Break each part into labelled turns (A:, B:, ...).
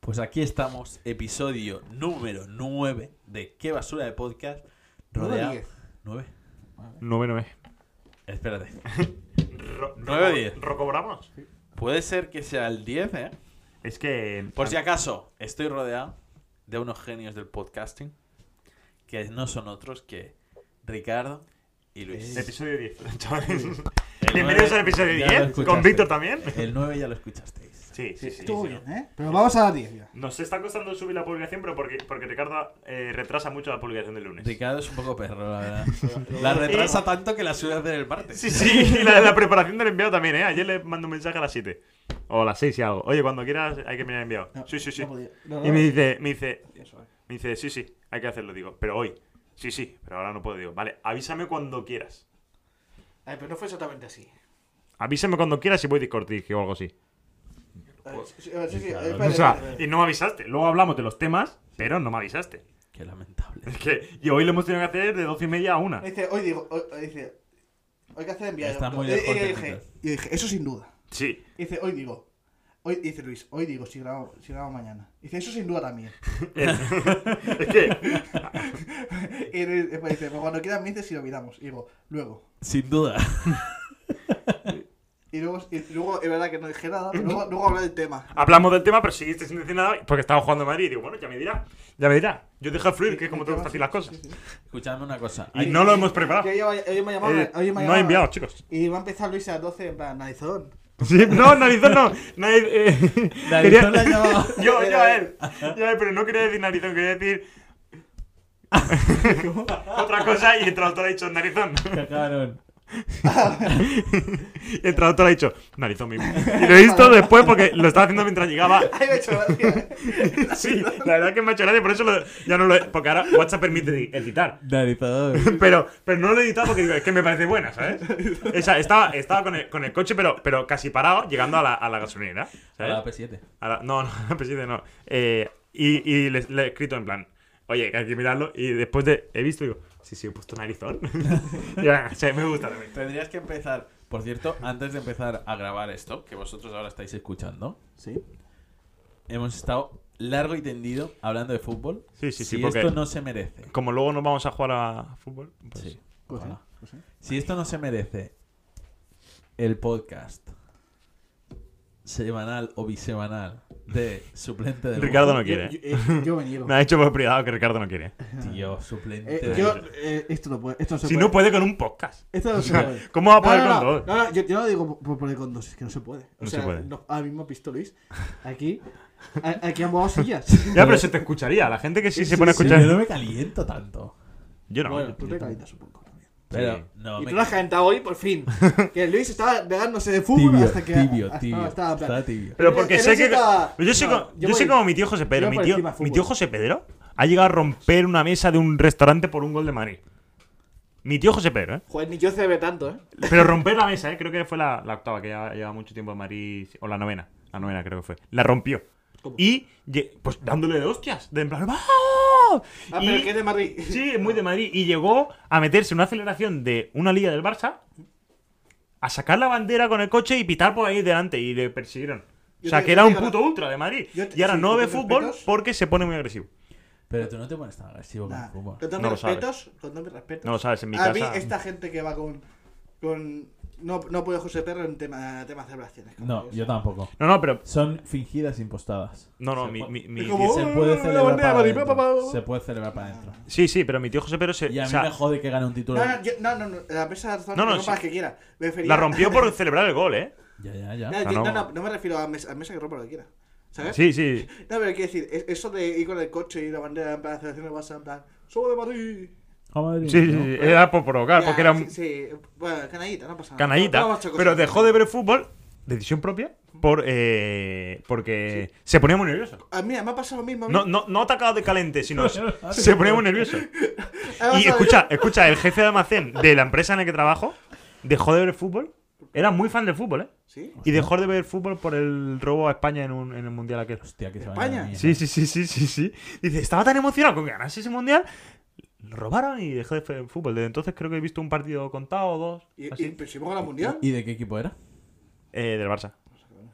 A: pues aquí estamos, episodio número 9 de Qué basura de podcast.
B: Nueve o
A: Rodeado.
B: diez.
A: 9.
C: 9-9.
A: Espérate.
C: Ro-
A: Nueve, diez.
C: ro- ¿Recobramos?
A: Puede ser que sea el 10, ¿eh?
C: Es que.
A: Por si acaso, estoy rodeado de unos genios del podcasting que no son otros que Ricardo y Luis.
C: Episodio 10, chavales.
A: El
C: Bienvenidos
A: nueve-
C: al episodio
A: ya lo
C: 10.
A: escuchaste.
C: ¿Con Víctor también?
A: El 9 ya lo escuchasteis.
C: Sí, sí, sí.
B: Estuvo
C: sí.
B: bien, ¿eh? Pero vamos a la 10 ya.
C: Nos está costando subir la publicación, pero porque, porque Ricardo eh, retrasa mucho la publicación del lunes.
A: Ricardo es un poco perro, la verdad. La retrasa tanto que la suele hacer el martes.
C: Sí, sí, y la, la preparación del enviado también, ¿eh? Ayer le mando un mensaje a las 7. O a las 6 y algo. Oye, cuando quieras hay que mirar el enviado.
B: No,
C: sí, eh. sí, sí.
B: no podía. No, no.
C: y me dice, me dice,
B: Eso es.
C: me dice, sí, sí, hay que hacerlo, digo, pero hoy. Sí, sí, pero ahora no puedo, digo, vale, avísame cuando quieras.
B: Ay, pero no fue exactamente así.
C: Avísame cuando quieras si voy discortijo o algo así.
B: Eh, sí, sí, eh, sí, sí, eh,
C: O
B: espérate, espérate,
C: sea, Pues, y
B: espérate.
C: no me avisaste. Luego hablamos de los temas, pero no me avisaste.
A: Qué lamentable.
C: Es que, y hoy lo hemos tenido que hacer de 12 y media a una.
B: Me dice, hoy digo, hoy, hoy dice, hoy que hacer enviar.
A: Está
B: esto.
A: muy
B: Y- y,
A: lejos
B: yo
A: de
B: dije,
A: Twitter.
B: y dije, eso sin duda.
C: Sí.
B: Y dice, hoy digo, hoy dice Luis, hoy digo, si grabo, si grabo mañana. Y dice, eso sin duda también.
C: Eh, es que,
B: y Luis después dice, pues cuando quieras me dices si lo miramos. Y digo, luego.
A: Sin duda.
B: Y luego, y luego es verdad que no dije nada, pero luego, luego hablé del tema.
C: hablamos del tema, pero seguiste sin decir nada porque estaba jugando en Madrid. Y digo, bueno, ya me dirá. Ya me dirá. Yo dejo fluir, que es como te gusta así las cosas.
A: Escuchadme una cosa.
C: Y no lo hemos preparado.
B: Que yo- hoy me ha llamado,
C: Eh,
B: hoy me ha
C: no ha
B: llamado-
C: enviado, chicos.
B: Y va a empezar Luis a las 12 en plan, narizón.
C: Sí, no, narizón no. Nariz, eh,
A: Narizón
C: quería-
A: la llamaba.
C: yo, yo a él. Yo a él, pero no quería decir narizón, quería decir. Otra cosa y el traductor ha dicho narizón.
A: Cabrón.
C: Y el traductor ha dicho narizón mismo. Y lo he visto después porque lo estaba haciendo mientras llegaba.
B: Ay, me ha hecho gracia.
C: Sí, la verdad que me ha hecho gracia, por eso lo- ya no lo he. Porque ahora WhatsApp permite di- editar.
A: Narizador.
C: Pero, pero no lo he editado porque digo, es que me parece buena, ¿sabes? O sea, estaba, estaba con, el, con el coche, pero, pero casi parado, llegando a la, a la gasolinera.
A: A la
C: ¿sabes?
A: P7.
C: A la- no, no, a la presidente no. Eh, y y le, le he escrito en plan, oye, que hay que mirarlo. Y después de. He visto, digo, sí, sí, he puesto narizón. ya, o sea, me gusta también.
A: Tendrías que empezar. Por cierto, antes de empezar a grabar esto, que vosotros ahora estáis escuchando,
B: Sí.
A: hemos estado largo y tendido hablando de fútbol.
C: Sí, sí, sí,
A: Si
C: porque-
A: esto no se merece.
C: Como luego nos vamos a jugar a fútbol. pues-
A: Sí,
B: Pues sí,
A: ojalá.
B: pues sí.
A: Si esto no se merece el podcast semanal o bisemanal de suplente del
C: Ricardo no
B: Yo,
C: quiere.
B: yo- eh, yo me niego.
C: Me ha dicho por privado que Ricardo no quiere.
A: mundo. Tío, suplente.
B: Eh,
A: del
B: yo,
A: mundo.
B: eh, esto no puede. Esto no se
C: Si
B: puede.
C: no puede con un podcast.
B: Esto no se puede.
C: ¿Cómo va a
B: No,
C: poder
B: no,
C: con
B: no,
C: dos?
B: No, no, yo, yo no digo por poner con dos, es que no se puede. O
C: No se
B: sea,
C: puede.
B: no- ahora mismo has visto Luis. Aquí, a- aquí han movido sillas.
C: Ya, pero se te escucharía. La gente que sí se pone a
A: Sí,
C: escuchar.
A: yo no me caliento tanto.
C: Yo no.
B: bueno, tú
C: yo
B: te
C: también.
B: calientas un poco también.
A: Pero no
B: y
A: me
B: tú lo has calentado hoy, por fin. Que Luis estaba negándose de fútbol
A: tibio,
B: hasta que.
A: tibio,
B: hasta-
A: tibio.
B: estaba en plan-
A: Está tibio.
C: Pero porque
B: Pero
C: sé
B: eso
C: que.
B: está-
C: Yo soy,
B: no,
C: co-
B: yo
C: yo soy
B: voy-
C: como mi tío José
B: yo
C: Pedro.
B: voy
C: Mi
B: por
C: tío,
B: encima de fútbol.
C: mi tío José Pedro ha llegado a romper una mesa de un restaurante por un gol de Madrid. Mi tío José Pedro, ¿eh?
B: Joder, ni yo se ve tanto, ¿eh?
C: Pero romper la mesa, ¿eh? Creo que fue la, la octava, que ya lleva mucho tiempo en Madrid. O la novena. La novena creo que fue. La rompió.
B: ¿Cómo?
C: Y. lle- Pues dándole de hostias. De en plan. ¡vamos!
B: Ah,
C: Y-
B: pero que es de Madrid.
C: Sí, es muy de Madrid. Y llegó a meterse en una aceleración de una liga del Barça, a sacar la bandera con el coche y pitar por ahí delante. Y le persiguieron. O
B: Yo
C: sea,
B: te-
C: que
B: yo
C: era
B: te
C: un
B: digo-
C: puto ultra de Madrid.
B: yo te-
C: Y ahora
B: sí,
C: no
B: yo
C: ve
B: te
C: fútbol
B: respeto.
C: porque se pone muy agresivo.
A: Pero tú no te pones tan agresivo con
B: Nah,
A: el fútbol.
B: Con todos mis
C: No lo sabes.
B: respetos, con todos mis respetos.
C: No lo sabes, en mi
B: a mí,
C: casa-
B: esta gente que va con. con no, no apoyo a José Perro en tema, tema celebraciones. como
A: No,
B: que-
A: yo tampoco.
C: No, no, pero.
A: Son fingidas impostadas.
C: No, no,
A: Se
C: mi.
A: puede-
C: mi- mi-
B: Es como-
A: Se
B: Oh,
A: puede
B: la
A: celebrar
B: bandera,
A: para
B: Madrid,
A: adentro.
B: pa, pa, pa.
A: Se puede celebrar para adentro.
C: Sí, sí, pero mi tío José Pedro se.
A: Y a
C: Eh, o
A: mí
C: sea,
A: me jode que gane un título.
B: No, no, yo- no, no, no, la mesa de
C: No,
B: no,
C: no,
B: rompa
C: sí.
B: las que quiera. Me refería-
C: la rompió por celebrar el gol, ¿eh?
A: Ya, ya,
B: No,
A: ya.
B: yo-
C: Ah, no.
B: no, no, no me refiero a mesa, a mesa que rompa lo que quiera. ¿Sabes?
C: Sí, sí.
B: No, pero quiero decir, es- eso de ir con el coche y la bandera en plan de celebración de WhatsApp, en plan, somos de Madrid.
A: A Madrid,
C: Sí, sí,
A: ¿no?
C: sí, Era por provocar,
B: Ya,
C: porque era
B: Sí,
C: un
B: sí, bueno, canallita, no pasa nada. No, no
C: canallita.
B: hemos hecho
C: Pero
B: cosas.
C: dejó de ver fútbol, decisión propia, por, eh, porque se ponía muy nervioso.
B: Ah, mira, me ha pasado lo mismo. a mí.
C: No, no, no atacado de caliente, sino se, se pone muy nervioso.
B: Me ha
C: Y
B: pasado-
C: escucha, escucha, el jefe de almacén de la empresa en la que trabajo dejó de ver fútbol. Era muy fan del fútbol, ¿eh?
B: ¿Sí?
C: Y dejó de ver fútbol por el robo a España en, un- en el mundial aquel.
A: Hostia, que se
B: España.
A: van a la mierda.
C: Sí, sí, sí, sí, sí, sí. Dice, estaba tan emocionado con que ganase ese mundial. Lo robaron y dejé de ver fútbol. Desde entonces creo que he visto un partido contado o dos.
B: Y, y,
C: así.
B: pero si hemos ganado el mundial.
A: ¿Y de qué equipo era?
C: Eh, del Barça.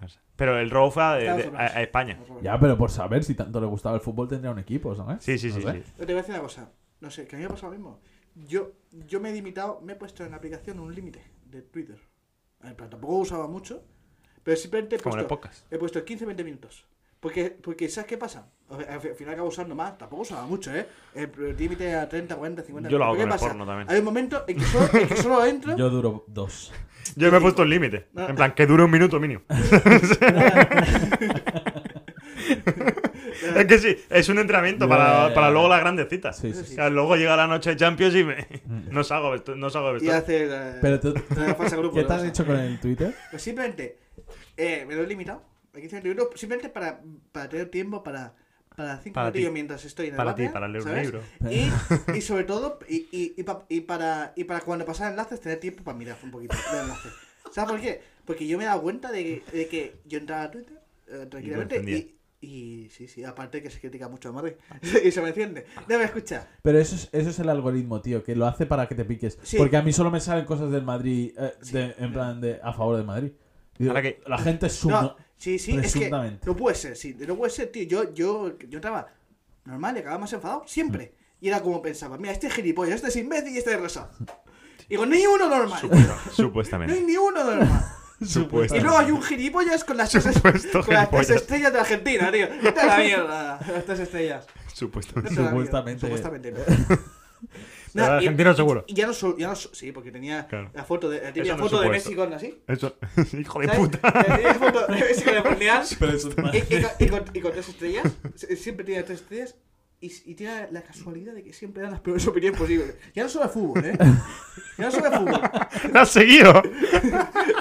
C: Barça. Pero el robo fue a, de-
B: Estados
C: de-
B: Unidos.
C: a- a España.
A: Ya, pero por saber si tanto le gustaba el fútbol tendría un equipo, ¿sabes?
C: Sí, sí,
A: No
C: sí.
A: sé.
C: sí.
B: Pero te voy a decir una cosa. No sé, que a mí me ha pasado lo mismo. Yo, yo me he limitado, me he puesto en la aplicación un límite de Twitter. En plan, tampoco usaba mucho, pero simplemente he
C: Como en el
B: puesto,
C: podcast.
B: he puesto 15-20 minutos. Porque, porque, ¿sabes qué pasa? O sea, Al fi- al final acabo usando más, tampoco usaba mucho, ¿eh? El el límite a 30, 40, 50.
C: Yo lo hago
B: ¿Pero qué
C: con el
B: pasa?
C: porno también.
B: Hay un momento en que solo, en que solo entro.
A: Yo duro dos.
C: Yo me he puesto el límite.
B: No.
C: En plan, que dure un minuto mínimo. es que sí, es un entrenamiento
A: Ya, ya,
C: para,
A: ya.
C: para luego las grandes citas.
A: Sí, sí,
C: O sea, luego llega la noche de Champions y me- no salgo, de vestu- no salgo de
B: y
C: vestuario.
B: hacer. eh,
A: Pero tú,
B: una falsa grupo,
A: ¿qué
B: ¿no?
A: te has hecho con el Twitter?
B: Pues simplemente eh, me lo he limitado a 15 minutos, simplemente para, para tener tiempo para, para 5
C: Para ti.
B: minutillos mientras estoy en el
C: Para ti,
B: váter,
C: para leer un
B: ¿sabes?
C: libro.
B: Y, y sobre todo, y, y, y, pa- y para, y para cuando pasan enlaces, tener tiempo para mirar un poquito de enlaces. ¿Sabes por qué? Porque yo me he dado cuenta de, que- de que yo entraba a Twitter eh, tranquilamente
C: encendía.
B: y, y sí, sí, aparte que se critica mucho a Madrid
C: Ah.
B: y se me enciende. No me escucha.
A: Pero eso es, eso es el algoritmo, tío, que lo hace para que te piques.
B: Sí.
A: Porque a mí solo me salen cosas del Madrid, eh,
B: Sí.
A: de- en plan, de a favor de Madrid. Digo,
C: Ahora que-
A: La gente es uno.
B: No, sí, sí, es que
A: presuntamente.
B: no puede ser, sí, no puede ser, tío. Yo, yo, yo entraba normal y acababa más enfadado, siempre.
C: Mm.
B: Y era como pensaba, mira, este es gilipollas, este es imbécil y este es rosa. Y digo, no hay uno normal.
C: Supuesta-
B: No hay
C: Supuestamente.
B: ni uno normal. Y
C: Supuestamente.
B: luego hay un gilipollas con las tres,
C: Supuesto
B: con las tres
C: gilipollas.
B: estrellas de Argentina, tío. Vete a la mierda, las tres estrellas.
C: Supuestamente.
B: Vete a la
A: Supuestamente.
B: mierda. Supuestamente. no.
C: Pero
B: Nada, y-
C: argentino seguro.
B: Y ya no, so- ya no so- sí, porque tenía
C: Claro.
B: la foto de, la típica
C: no es
B: foto de
C: supuesto.
B: Messi con así.
C: Eso. Hijo de
B: ¿sabes?
C: puta.
B: La típica foto de Messi con el mundial.
A: Presuntamente.
B: Y, y con- y con, y con tres estrellas. Sie- Siempre tiene tres estrellas. Y, y tiene la casualidad de que siempre dan las peores opiniones posibles. Ya no solo de fútbol, ¿eh? Ya no solo de fútbol.
C: ¿La has seguido?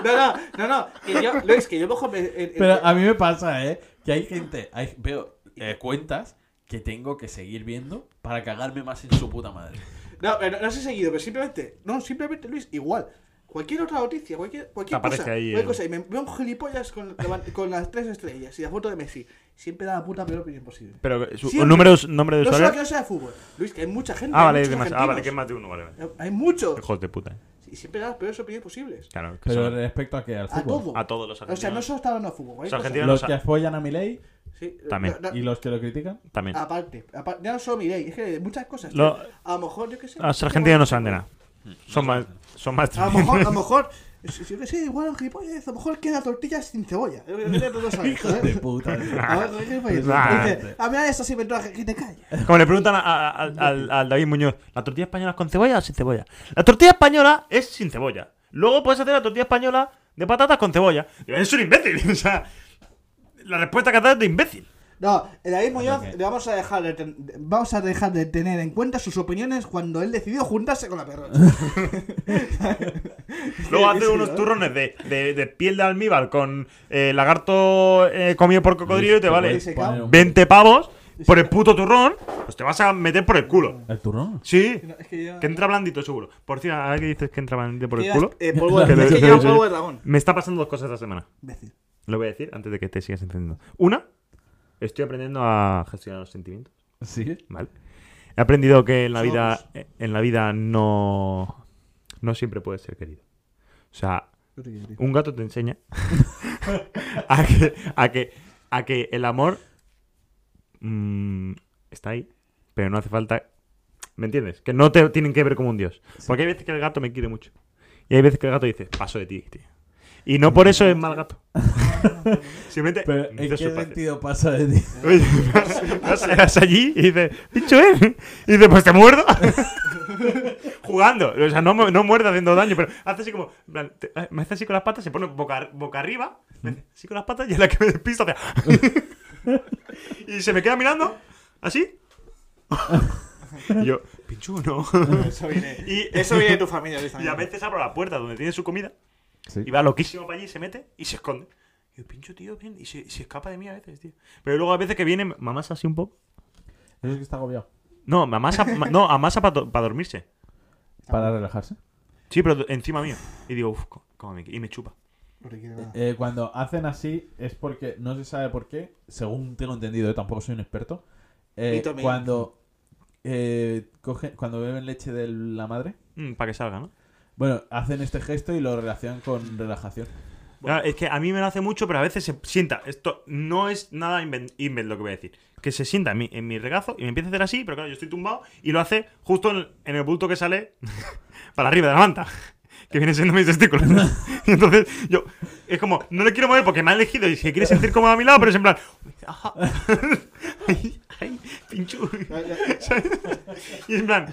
B: No, no, no, no. Que yo, Luis, que yo cojo. me- el- el-
A: Pero ah. a mí me pasa, ¿eh? Que hay gente, hay, veo eh, cuentas que tengo que seguir viendo para cagarme más en su puta madre.
B: No, pero no, no sé seguido, pero simplemente. No, simplemente, Luis, igual. Cualquier otra noticia, cualquier, cualquier
C: Te aparece
B: cosa.
C: ahí
B: cualquier
C: el-
B: cosa. Y me veo un gilipollas con, con las tres estrellas y la foto de Messi. Siempre da la puta peor opinión posible.
C: Pero
B: su-
C: su,
B: Siempre.
C: número, nombre de
B: No solo
C: usuario.
B: que no sea de fútbol. Luis, que hay mucha gente. hay
C: Ah, vale, hay
B: muchos
C: demás. Ah, vale, que
B: argentinos.
C: es más de uno, vale, vale.
B: Hay muchos.
C: Hijos de puta. eh.
B: Y siempre da las peores opiniones posibles.
C: Claro, que
A: Pero
C: son-
A: respecto a que al
B: A
A: fútbol.
B: todo.
C: a todos los
B: O sea, no
C: argentinos.
B: solo está hablando de fútbol. cualquier
C: Los
B: cosa.
C: argentinos-
A: Los
C: no
A: que apoyan a Milei
B: Sí,
C: También.
B: no, no,
A: y los que lo critican.
C: También.
B: aparte, aparte, ya no solo mi ley, es que muchas cosas. tío.
C: Lo-
B: A lo mejor, yo qué sé.
C: Ah, Los argentinos no saben de nada. Son más. Son más.
B: A lo mejor, a lo mejor. si- Yo qué sé, igual los gilipollas, a lo mejor queda tortilla sin cebolla. Yo qué sé, tú no sabes,
A: Hijos de
B: ¿sabes?
A: puta. tío.
B: A ver, los gilipollas,
C: Ah.
B: dice, A ver, eso sí me traje, que te calles.
C: Como le preguntan a- a- al- al al David Muñoz, ¿la tortilla española es con cebolla o sin cebolla? La tortilla española es sin cebolla. Luego puedes hacer la tortilla española de patatas con cebolla. Digo, Es un imbécil. O sea, la respuesta que has dado es de imbécil.
B: No, el David Muñoz
A: Ok.
B: le vamos a dejar de ten- vamos a dejar de tener en cuenta sus opiniones cuando él decidió juntarse con la perra.
C: Luego
B: Sí,
C: hace
B: sí,
C: unos
B: ¿no?
C: turrones de, de- de piel de almíbar con eh, lagarto eh, comido por cocodrilo y te vale
A: puedes poner un-
C: 20 pavos por el puto turrón. Pues te vas a meter por el culo.
A: ¿El turrón?
C: Sí.
B: No, es que yo-
C: Que entra blandito, seguro. Por cierto, ahora que dices que entra blandito por
B: que yo-
C: el culo.
B: eh, polvo de-
C: Que lo-
B: es que
C: que
B: lleva
C: lo-
B: polvo de dragón.
C: Me está pasando dos cosas esta semana.
B: Imbécil.
C: Lo voy a decir antes de que te sigas encendiendo. Una, estoy aprendiendo a gestionar los sentimientos.
A: Sí.
C: ¿Vale? He aprendido que en la
B: Son
C: vida, en la vida no, no siempre puedes ser querido. O sea, un gato te enseña a, que, a, que, a que el amor mm, está ahí, pero no hace falta. ¿Me entiendes? Que no te tienen que ver como un dios. Porque hay veces que el gato me quiere mucho. Y hay veces que el gato dice, paso de ti, tío. Y no por eso es mal gato. Simplemente.
A: Pero ¿en qué
C: necesito su paciencia.
A: sentido pasa de ti?
C: Oye, vas, vas- vas allí y dices, pincho él. Y dices, pues te muerdo. Jugando. O sea, no, mu- no muerde haciendo daño, pero hace así como. en plan, te- eh, me hace así con las patas, se pone boca, ar- boca arriba, me hace así con las patas y en la que me despisto hace. y se me queda mirando, así. y yo, pincho no.
B: Eso viene,
C: Y-
B: eso viene de tu familia, Luis.
C: y
B: también.
C: a veces abro la puerta donde tiene su comida
A: Sí.
C: y va loquísimo para allí, se mete y se esconde. Y yo, pincho, tío, bien. Y se, se escapa de mí a veces, tío. Pero luego a veces que viene, mamás así un poco.
A: Eso es que está agobiado.
C: No, amasa, ma- no, amasa para dormirse.
A: Para relajarse.
C: Sí, pero do- encima mío. Y digo, uff, como me, qui- y me chupa.
B: Porque quiere nada.
A: Eh, cuando hacen así es porque, no se sabe por qué, según tengo entendido, yo tampoco soy un experto, eh,
B: Mito mío.
A: cuando, eh, cogen- cuando beben leche de la madre,
C: para Mm, que salga, ¿no?
A: bueno, hacen este gesto y lo relacionan con relajación.
C: Claro, es que a mí me lo hace mucho, pero a veces se sienta. Esto no es nada invent, invent lo que voy a decir. Que se sienta en mi, en mi regazo y me empieza a hacer así, pero claro, yo estoy tumbado y lo hace justo en, en el bulto que sale para arriba de la manta. Que viene siendo mis testículos. Y entonces, yo. Es como, no le quiero mover porque me ha elegido y se quiere sentir como a mi lado, pero es en plan. "Ajá". Ay, ay, pinchu. Y es en plan.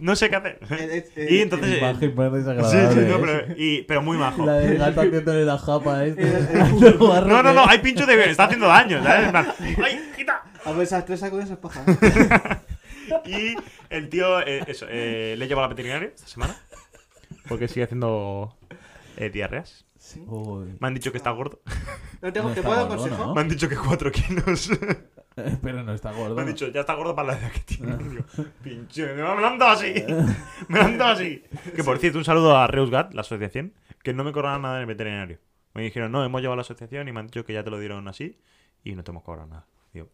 C: No sé qué hacer.
B: Es- es-
C: Y entonces.
A: Imagen más
C: Sí,
A: desagradable.
C: sí, no,
A: ¿eh?
C: pero, y- pero muy majo.
A: La de gato haciéndole la japa este. ¿eh?
C: No, no, no, hay pincho de está haciendo daño, ¿sabes? En plan, ¡ay, quita!
B: A ver, esas tres saco de esas pajas.
C: Y el tío, eh, eso, eh, le he llevado a la veterinaria esta semana. Porque sigue haciendo eh, diarreas.
B: Sí.
A: Uy.
C: Me han dicho que está gordo.
B: No tengo,
A: No
B: ¿Te
A: está
B: puedo dar
A: gordo,
B: consejo?
A: ¿no?
C: Me han dicho que 4 kilos.
A: Pero no está gordo.
C: Me han dicho, ya está gordo para la edad que tiene. Digo, Pinche, me lo han dado así. Me lo han dado así. Que por cierto, un saludo a Reusgat, la asociación, que no me cobraron nada en el veterinario. Me dijeron, no, hemos llevado a la asociación y me han dicho que ya te lo dieron así y no te hemos cobrado nada. Digo,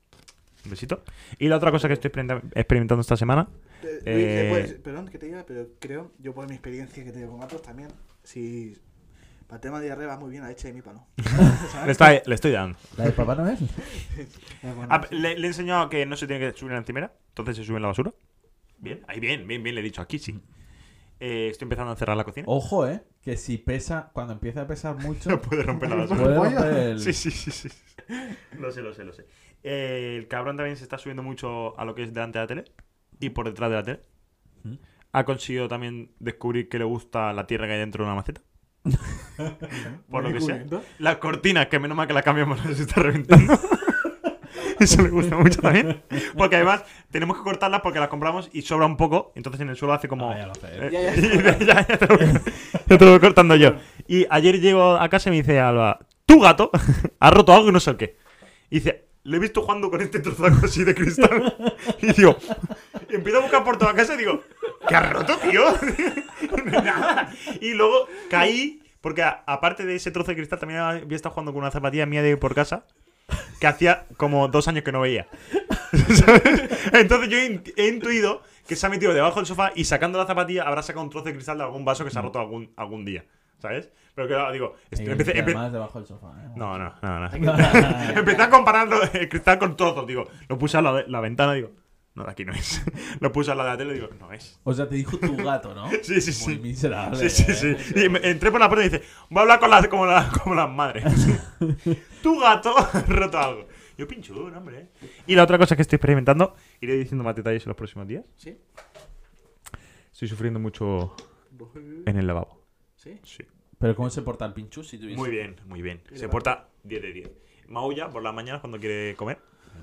C: un besito. Y la otra cosa que estoy experimenta- experimentando esta semana
B: Eh, Luis,
C: Eh,
B: ¿le puedes- perdón que te diga, pero creo, yo por mi experiencia que tengo con gatos también, si para tema de diarrea va muy bien la leche de mi palo.
C: Le, está- le estoy dando.
A: ¿La de Papá Noel?
C: Ah, le, le he enseñado que no se tiene que subir en la encimera, entonces se sube en la basura. Bien, ahí bien, bien, bien, le he dicho, aquí sí. Eh, estoy empezando a cerrar la cocina.
A: Ojo, eh. Que si pesa, cuando empieza a pesar mucho,
C: No puede romper la basura.
A: puede
B: pollo.
A: romper el.
C: Sí, sí, sí, sí. Lo sé, lo sé, lo sé. Eh, el cabrón también se está subiendo mucho a lo que es delante de la tele y por detrás de la tele. Ha conseguido también descubrir que le gusta la tierra que hay dentro de una maceta. por lo que sea. Las cortinas, que menos mal que las cambiamos, se está reventando. Eso le gusta mucho también. Porque además tenemos que cortarlas porque las compramos y sobra un poco. Entonces en el suelo hace como.
A: Ah, ya lo sé.
C: Eh,
B: Ya, ya.
C: y- ya, ya te lo- ya te lo voy cortando yo. Y ayer llego a casa y me dice Alba: Tu gato ha roto algo y no sé el qué. Y dice: Le he visto jugando con este trozo así de cristal. Y digo: y Empiezo a buscar por toda casa y digo: ¿Qué ha roto, tío? Nada. Y luego caí, porque a- aparte de ese trozo de cristal, también había estado jugando con una zapatilla mía de ir por casa, que hacía como dos años que no veía. ¿Sabes? Entonces yo he in- he intuido que se ha metido debajo del sofá y sacando la zapatilla habrá sacado un trozo de cristal de algún vaso que se ha roto algún, algún día. ¿Sabes? Pero que ahora digo,
A: Y
C: estoy- empecé- empe-
A: Más debajo del sofá. ¿eh?
C: no, no, no, no. Empecé a comparar lo- el cristal con trozos, digo. Lo puse a la, la ventana, digo. No, de aquí no es. Lo puse a la de la tele, digo, no es.
A: O sea, te dijo tu gato, ¿no?
C: Sí, sí,
A: Muy
C: sí.
A: miserable.
C: Sí, sí,
A: ¿eh?
C: sí. Y me- entré por la puerta y dice, voy a hablar con las, como, la- como las madres. tu gato ha roto algo. Yo pinchudo, hombre. Y la otra cosa que estoy experimentando, iré diciendo más detalles en los próximos días.
B: ¿Sí?
C: Estoy sufriendo mucho en el lavabo.
B: ¿Sí?
C: Sí.
A: Pero ¿cómo se porta el pinchu si tuviese?
C: Muy bien, muy bien. Se porta 10 de 10. Maulla por las mañanas cuando quiere comer.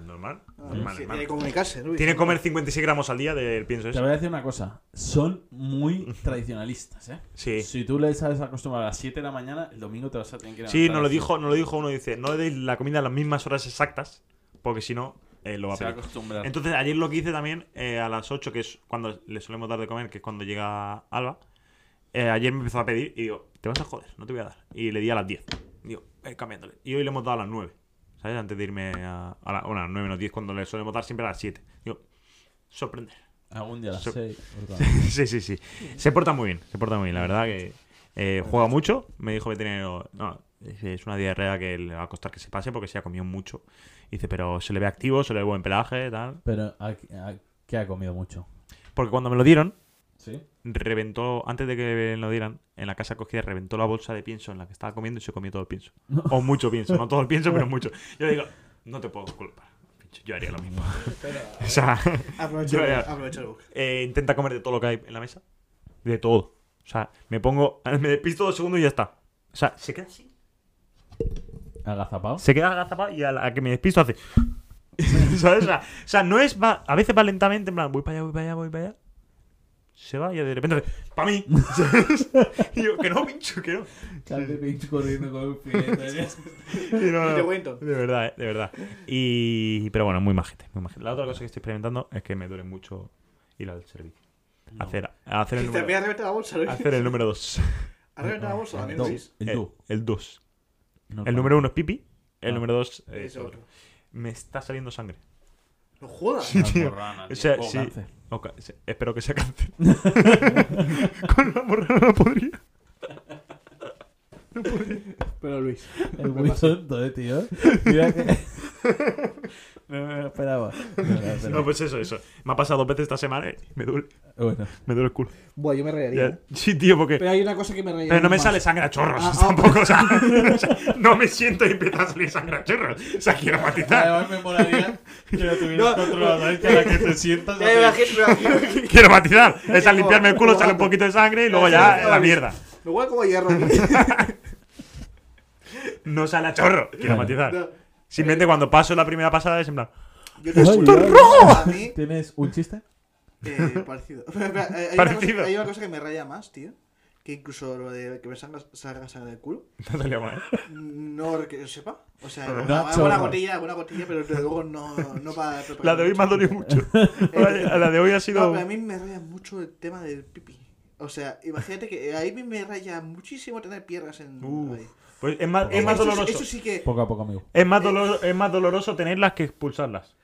C: Normal.
B: Ah,
C: normal,
B: sí,
C: hermano.
B: tiene que comunicarse, Luis.
C: Tiene que comer 56 gramos al día del pienso
A: Te
C: ese.
A: voy a decir una cosa. Son muy tradicionalistas, ¿eh?
C: Sí.
A: Si tú le sabes acostumbrar a las 7 de la mañana, el domingo te vas a tener que
C: Sí,
A: levantar a
C: nos lo
A: las
C: dijo, nos lo dijo uno, dice, no le deis la comida a las mismas horas exactas, porque si no, eh, lo va a
D: Se va a
C: pedir.
D: acostumbrar.
C: Entonces, ayer lo que hice también, eh, a las 8, que es cuando le solemos dar de comer, que es cuando llega Alba, eh, ayer me empezó a pedir y digo, te vas a joder, no te voy a dar. Y le di a las 10. Digo, eh, cambiándole. Y hoy le hemos dado a las 9, ¿sabes? Antes de irme a, a, la- bueno, a las 9 menos 10, cuando le solemos dar siempre a las 7. Digo, sorprender.
A: siete. Algún día a las
C: Se-
A: 6.
C: sí, sí, sí. Se porta muy bien, se porta muy bien. La verdad que eh, juega mucho. Me dijo veterinario, no, dice, es una diarrea que le va a costar que se pase porque se ha comido mucho. Dice, pero se le ve activo, se le ve buen pelaje, tal.
A: Pero ¿a- a- ¿qué ha comido mucho?
C: Porque cuando me lo dieron,
A: ¿Sí?
C: reventó, antes de que me lo dieran, en la casa cogida reventó la bolsa de pienso en la que estaba comiendo y se comió todo el pienso. O mucho pienso, no todo el pienso, pero mucho. Yo digo, no te puedo culpar. pincho, Yo haría lo mismo. o sea,
B: eh, Aprovecha,
C: Yo, ya.
B: aprovecha el bug.
C: eh, intenta comer de todo lo que hay en la mesa. De todo. O sea, me pongo. Me despisto dos segundos y ya está. O sea, se queda así.
A: ¿Agazapado?
C: Se queda agazapado y a la que me despisto hace. ¿Sabes? O sea, o sea, no es. va- a veces va lentamente, en plan, voy para allá, voy para allá, voy para allá. Se va y de repente hace. ¡Para mí! ¿Sabes? Y yo, que no, pincho, que no.
A: Calde pinchu corriendo con un filete.
C: Y no,
B: Y
C: no.
B: te cuento.
C: De verdad, eh, de verdad. Y. Pero bueno, muy majete, muy majete. La otra cosa que estoy experimentando es que me duele mucho ir al servicio. Hacer, hacer, el
B: Y te voy
C: número,
B: a reventar la bolsa, Luis.
C: hacer el número 2.
B: A reventar la
C: ah,
B: bolsa,
A: El
B: también,
A: do.
B: Luis.
A: El
C: El-
A: do.
C: El 2.
A: Normal.
C: El número uno es pipi. El
A: Ah.
C: número dos es
B: Ese
C: otro.
B: otro.
C: Me está saliendo sangre.
B: No jodas.
A: Las morranas,
C: O
A: tío.
C: sea,
A: Oh,
C: sí.
A: cáncer.
C: Ok, se- espero que sea cáncer. Con la morra no podría. Luis.
A: Es muy tonto, eh, tío. Mira que. No me lo esperaba. No me lo
C: No,
A: esperaba.
C: pues eso, eso. Me ha pasado dos veces esta semana y me duele,
A: Ah, Bueno,
C: me duele el culo.
B: Buah, yo me rearía. ¿eh?
C: Ya. Sí, tío, porque.
B: Pero hay una cosa que me rearía.
C: Pero no me
B: más.
C: sale sangre a chorros
B: Ah, ah.
C: tampoco, o sea, o sea, no me siento y empieza a salir sangre a chorros. O sea, quiero matizar.
A: además me molaría que lo tuvieras
B: No,
A: controlado. Es que a la que te sientas.
B: Ya me imagino, me imagino.
C: Quiero matizar. Es al
B: Como-
C: limpiarme el culo,
B: como
C: sale un
B: gato.
C: poquito de sangre y luego
B: Sí,
C: ya
B: sí,
C: la
B: sí.
C: mierda.
B: Me huele como hierro.
C: No sale a chorro. Quiero
A: Bueno.
C: matizar.
B: No,
C: Simplemente cuando paso la primera pasada es en plan.
B: yo
A: Ay,
B: te
A: ay, ay.
B: A mí,
A: ¿Tienes un chiste?
B: eh, parecido. Pero, espera, eh, hay, Una
C: Parecido.
B: cosa, hay una cosa que me raya más, tío. Que incluso lo de que me salga, salga sangre del culo.
C: No salía mal.
B: No que yo sepa. O sea,
C: No,
B: alguna,
A: chorro.
B: alguna gotilla, alguna gotilla, pero desde luego no, no para.
C: La de hoy me ha dolido mucho. La la de hoy ha
B: No,
C: sido.
B: pero a mí me raya mucho el tema del pipi. O sea, imagínate que a mí me raya muchísimo tener piedras en.
C: Uf.
B: ahí.
C: Pues es más, es
B: Eso
C: más
B: sí-
C: doloroso.
B: Eso sí que.
A: Poco a poco, amigo.
C: Es más, dolor- es más doloroso tenerlas que expulsarlas.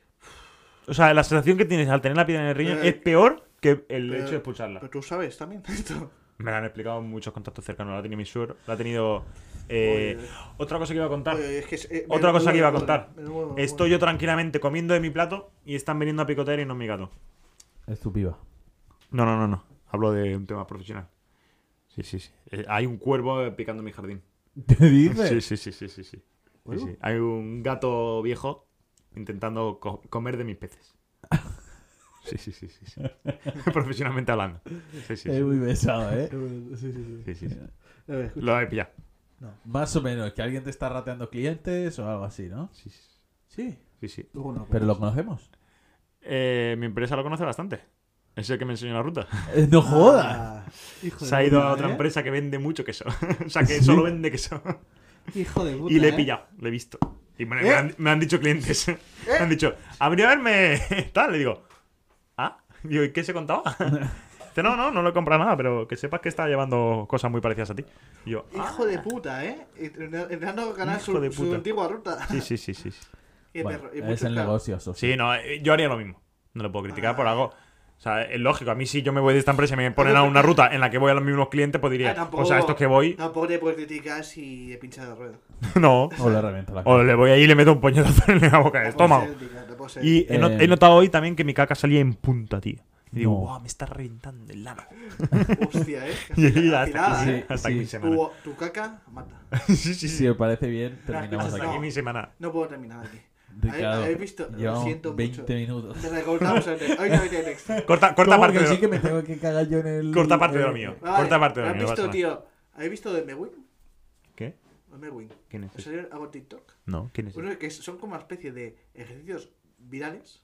C: O sea, la sensación que tienes al tener la piedra en el riñón
B: Pero-
C: es peor que el
B: Eh. pero-
C: hecho de expulsarla.
B: Pero tú sabes también esto.
C: Me la han explicado muchos contactos cercanos. La ha tenido mi suegro, la ha tenido. eh,
B: Oye.
C: Otra cosa que iba a contar.
B: Oye, es que es- eh,
C: Otra
B: me-
C: cosa
B: me-
C: que iba a
B: me-
C: contar.
B: me- me- me- me-
C: Estoy yo tranquilamente comiendo de mi plato y están viniendo a picotear y no es mi gato.
A: Es tu piba.
C: No, no, no, no. Hablo de un tema profesional. Sí, sí, sí. Eh, hay un cuervo eh, picando en mi jardín.
A: ¿Te dices?
C: Sí, sí, sí, sí, sí, sí. Sí, sí. Hay un gato viejo intentando co- comer de mis peces. Sí, sí, sí, sí, sí. Profesionalmente hablando. Sí, sí,
A: Es
C: sí.
A: muy pesado, ¿eh?
C: Sí, sí, sí.
B: A ver, escucha.
C: Lo he pillado.
A: Más o menos, que alguien te está rateando clientes o algo así, ¿no?
C: Sí, sí,
A: Sí.
C: sí, sí.
B: Luego no,
A: Pero lo conocemos.
C: Eh, mi empresa lo conoce bastante. Es el que me enseñó la ruta.
A: Eh, ¡No jodas!
B: Ah, hijo de
C: Se ha ido
B: puta,
C: a otra
B: ¿eh?
C: empresa que vende mucho queso. o sea, que solo vende queso.
B: Hijo de puta.
C: Y le he
B: ¿eh?
C: pillado, le he visto. Y me, me
B: ¿Eh?
C: han, me han dicho clientes. Me han dicho, ha venido a verme tal. Le digo, ¿ah? Digo, ¿y qué se contaba? Dice, no, no, no le he comprado nada, pero que sepas que está llevando cosas muy parecidas a ti. Y yo, ah,
B: Hijo de puta, ¿eh? Intentando ganar
C: Hijo
B: su,
C: de
B: su
C: puta.
B: antigua ruta.
C: sí, sí, sí, sí. sí.
B: Qué
A: Bueno,
B: perro, y
A: es
B: mucho
A: el
B: esclavo.
A: negocio, socio.
C: Sí, no, eh, yo haría lo mismo. No le puedo criticar
B: Ah.
C: por algo. O sea, es lógico. A mí si yo me voy de esta empresa y me ponen a una ruta en la que voy a los mismos clientes, pues diría,
B: Ah, tampoco-
C: o sea, estos que voy, Eh,
B: Tampoco te puedes criticar si he pinchado rueda.
C: no.
A: O le reviento la cara.
C: O le voy ahí y le meto un puñetazo en la boca
B: Pues
C: del estómago.
B: Este,
C: Y he, not-
A: Eh,
C: he notado hoy también que mi caca salía en punta, tío. Y digo,
A: No.
C: wow, me está reventando el lano.
B: Hostia, ¿eh?
C: Y hasta
B: Afilada,
C: aquí,
B: ¿eh?
C: hasta aquí
A: Sí.
C: mi semana.
B: Tu, tu caca mata.
C: Sí, sí,
A: Si
C: sí.
A: os parece bien, terminamos
B: Las
C: Hasta
A: aquí.
C: aquí
B: no.
C: mi semana.
B: No puedo terminar aquí.
A: Ricardo,
B: ¿Habéis visto? Lo
A: llevamos
B: siento
A: 20
B: mucho.
A: minutos.
B: Te recortamos el texto. Hoy no hay texto.
C: Corta, corta
A: ¿Cómo
C: parte
A: que
C: de
A: sí que me tengo que cagar yo en el...
C: Corta parte de lo
A: eh,
C: mío.
B: Vale,
C: Corta parte de lo
B: ¿Has
C: mío,
B: visto,
C: pasa
B: tío? ¿Habéis visto de Mewin?
C: ¿Qué?
B: Mewin.
C: ¿Quién es?
B: Me salió hago TikTok.
C: No, ¿quién es?
B: Uno que son como una especie de ejercicios virales.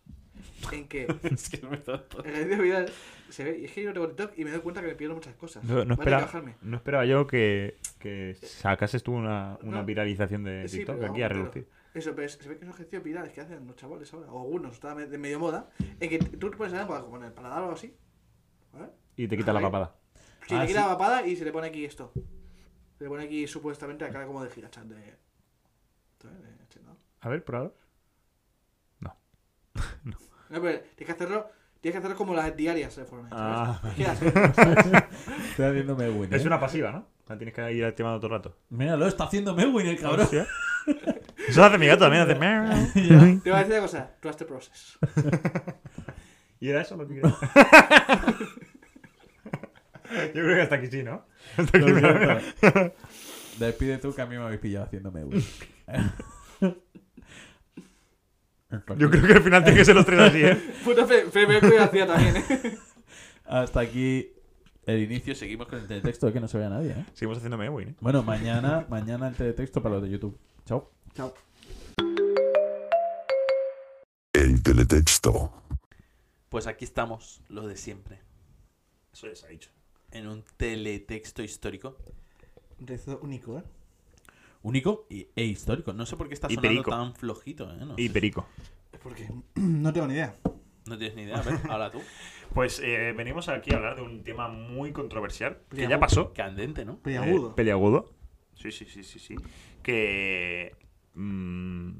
B: En que
D: Es que no me da todo.
B: ejercicios virales se ve. Y es que yo tengo TikTok y me doy cuenta que me pierdo muchas cosas.
C: No, no
B: Vale,
C: esperaba,
B: bajarme.
C: no esperaba yo que, que sacases tú una, una
B: No.
C: viralización de
B: Sí,
C: TikTok
B: pero
C: aquí a
B: vamos,
C: relucir.
B: Eso, pero se ve que son ejercicios virales que hacen los chavales ahora, o algunos, está me- de medio moda, en que tú te pones algo como en el paladar o algo así, ¿vale?
C: Y te quita la
B: Ajá.
C: papada.
B: Si
A: Ah,
B: le quita
A: sí.
B: la papada y se le pone aquí esto. Se le pone aquí supuestamente la cara como de Gigachan de... ¿sabes? De este, ¿no?
C: A ver, por ahora.
B: No, pero tienes que hacerlo, tienes que hacerlo como las diarias de Fortnite, ¿sabes?
C: Ah.
B: Es que las-
A: Estoy haciendo Melwin,
C: Es
A: ¿eh?
C: una pasiva, ¿no? La tienes que ir activando todo el rato.
A: Míralo, está haciendo Melwin el cabrón.
C: Hostia. Eso lo hace mi gato también, hace meow.
B: Te voy a decir una cosa, trust the process.
C: Y era eso lo que quería. Yo creo que hasta aquí sí, ¿no? Hasta
A: Lo
C: aquí me-
A: siento. Despide tú que a mí me habéis pillado haciendo Melwin.
C: Yo creo que al final tiene que ser los tres así, ¿eh?
B: Puta fe, fe, me cuida hacía también, ¿eh?
A: Hasta aquí el inicio. Seguimos con el teletexto que no se vea nadie, ¿eh?
C: Seguimos haciendo Mewin, ¿eh?
A: Bueno, mañana, mañana el teletexto para los de YouTube. Chao.
B: Chao.
E: El e teletexto.
D: Pues aquí estamos, los de siempre,
C: Eso es, ha dicho.
D: en un teletexto histórico,
B: Un texto único, ¿eh?
D: único y, e histórico. No sé por qué está
C: Y
D: sonando
C: perico.
D: tan flojito, ¿eh? No,
C: Y
D: sé.
C: Perico.
B: Porque no tengo ni idea.
D: No tienes ni idea. A ver, habla tú.
C: Pues eh, venimos aquí a hablar de un tema muy controversial que ya
B: Pliagudo.
C: pasó.
D: Candente, ¿no?
B: Peliagudo.
C: Eh, peliagudo. Sí, sí, sí, sí, sí. Que mm,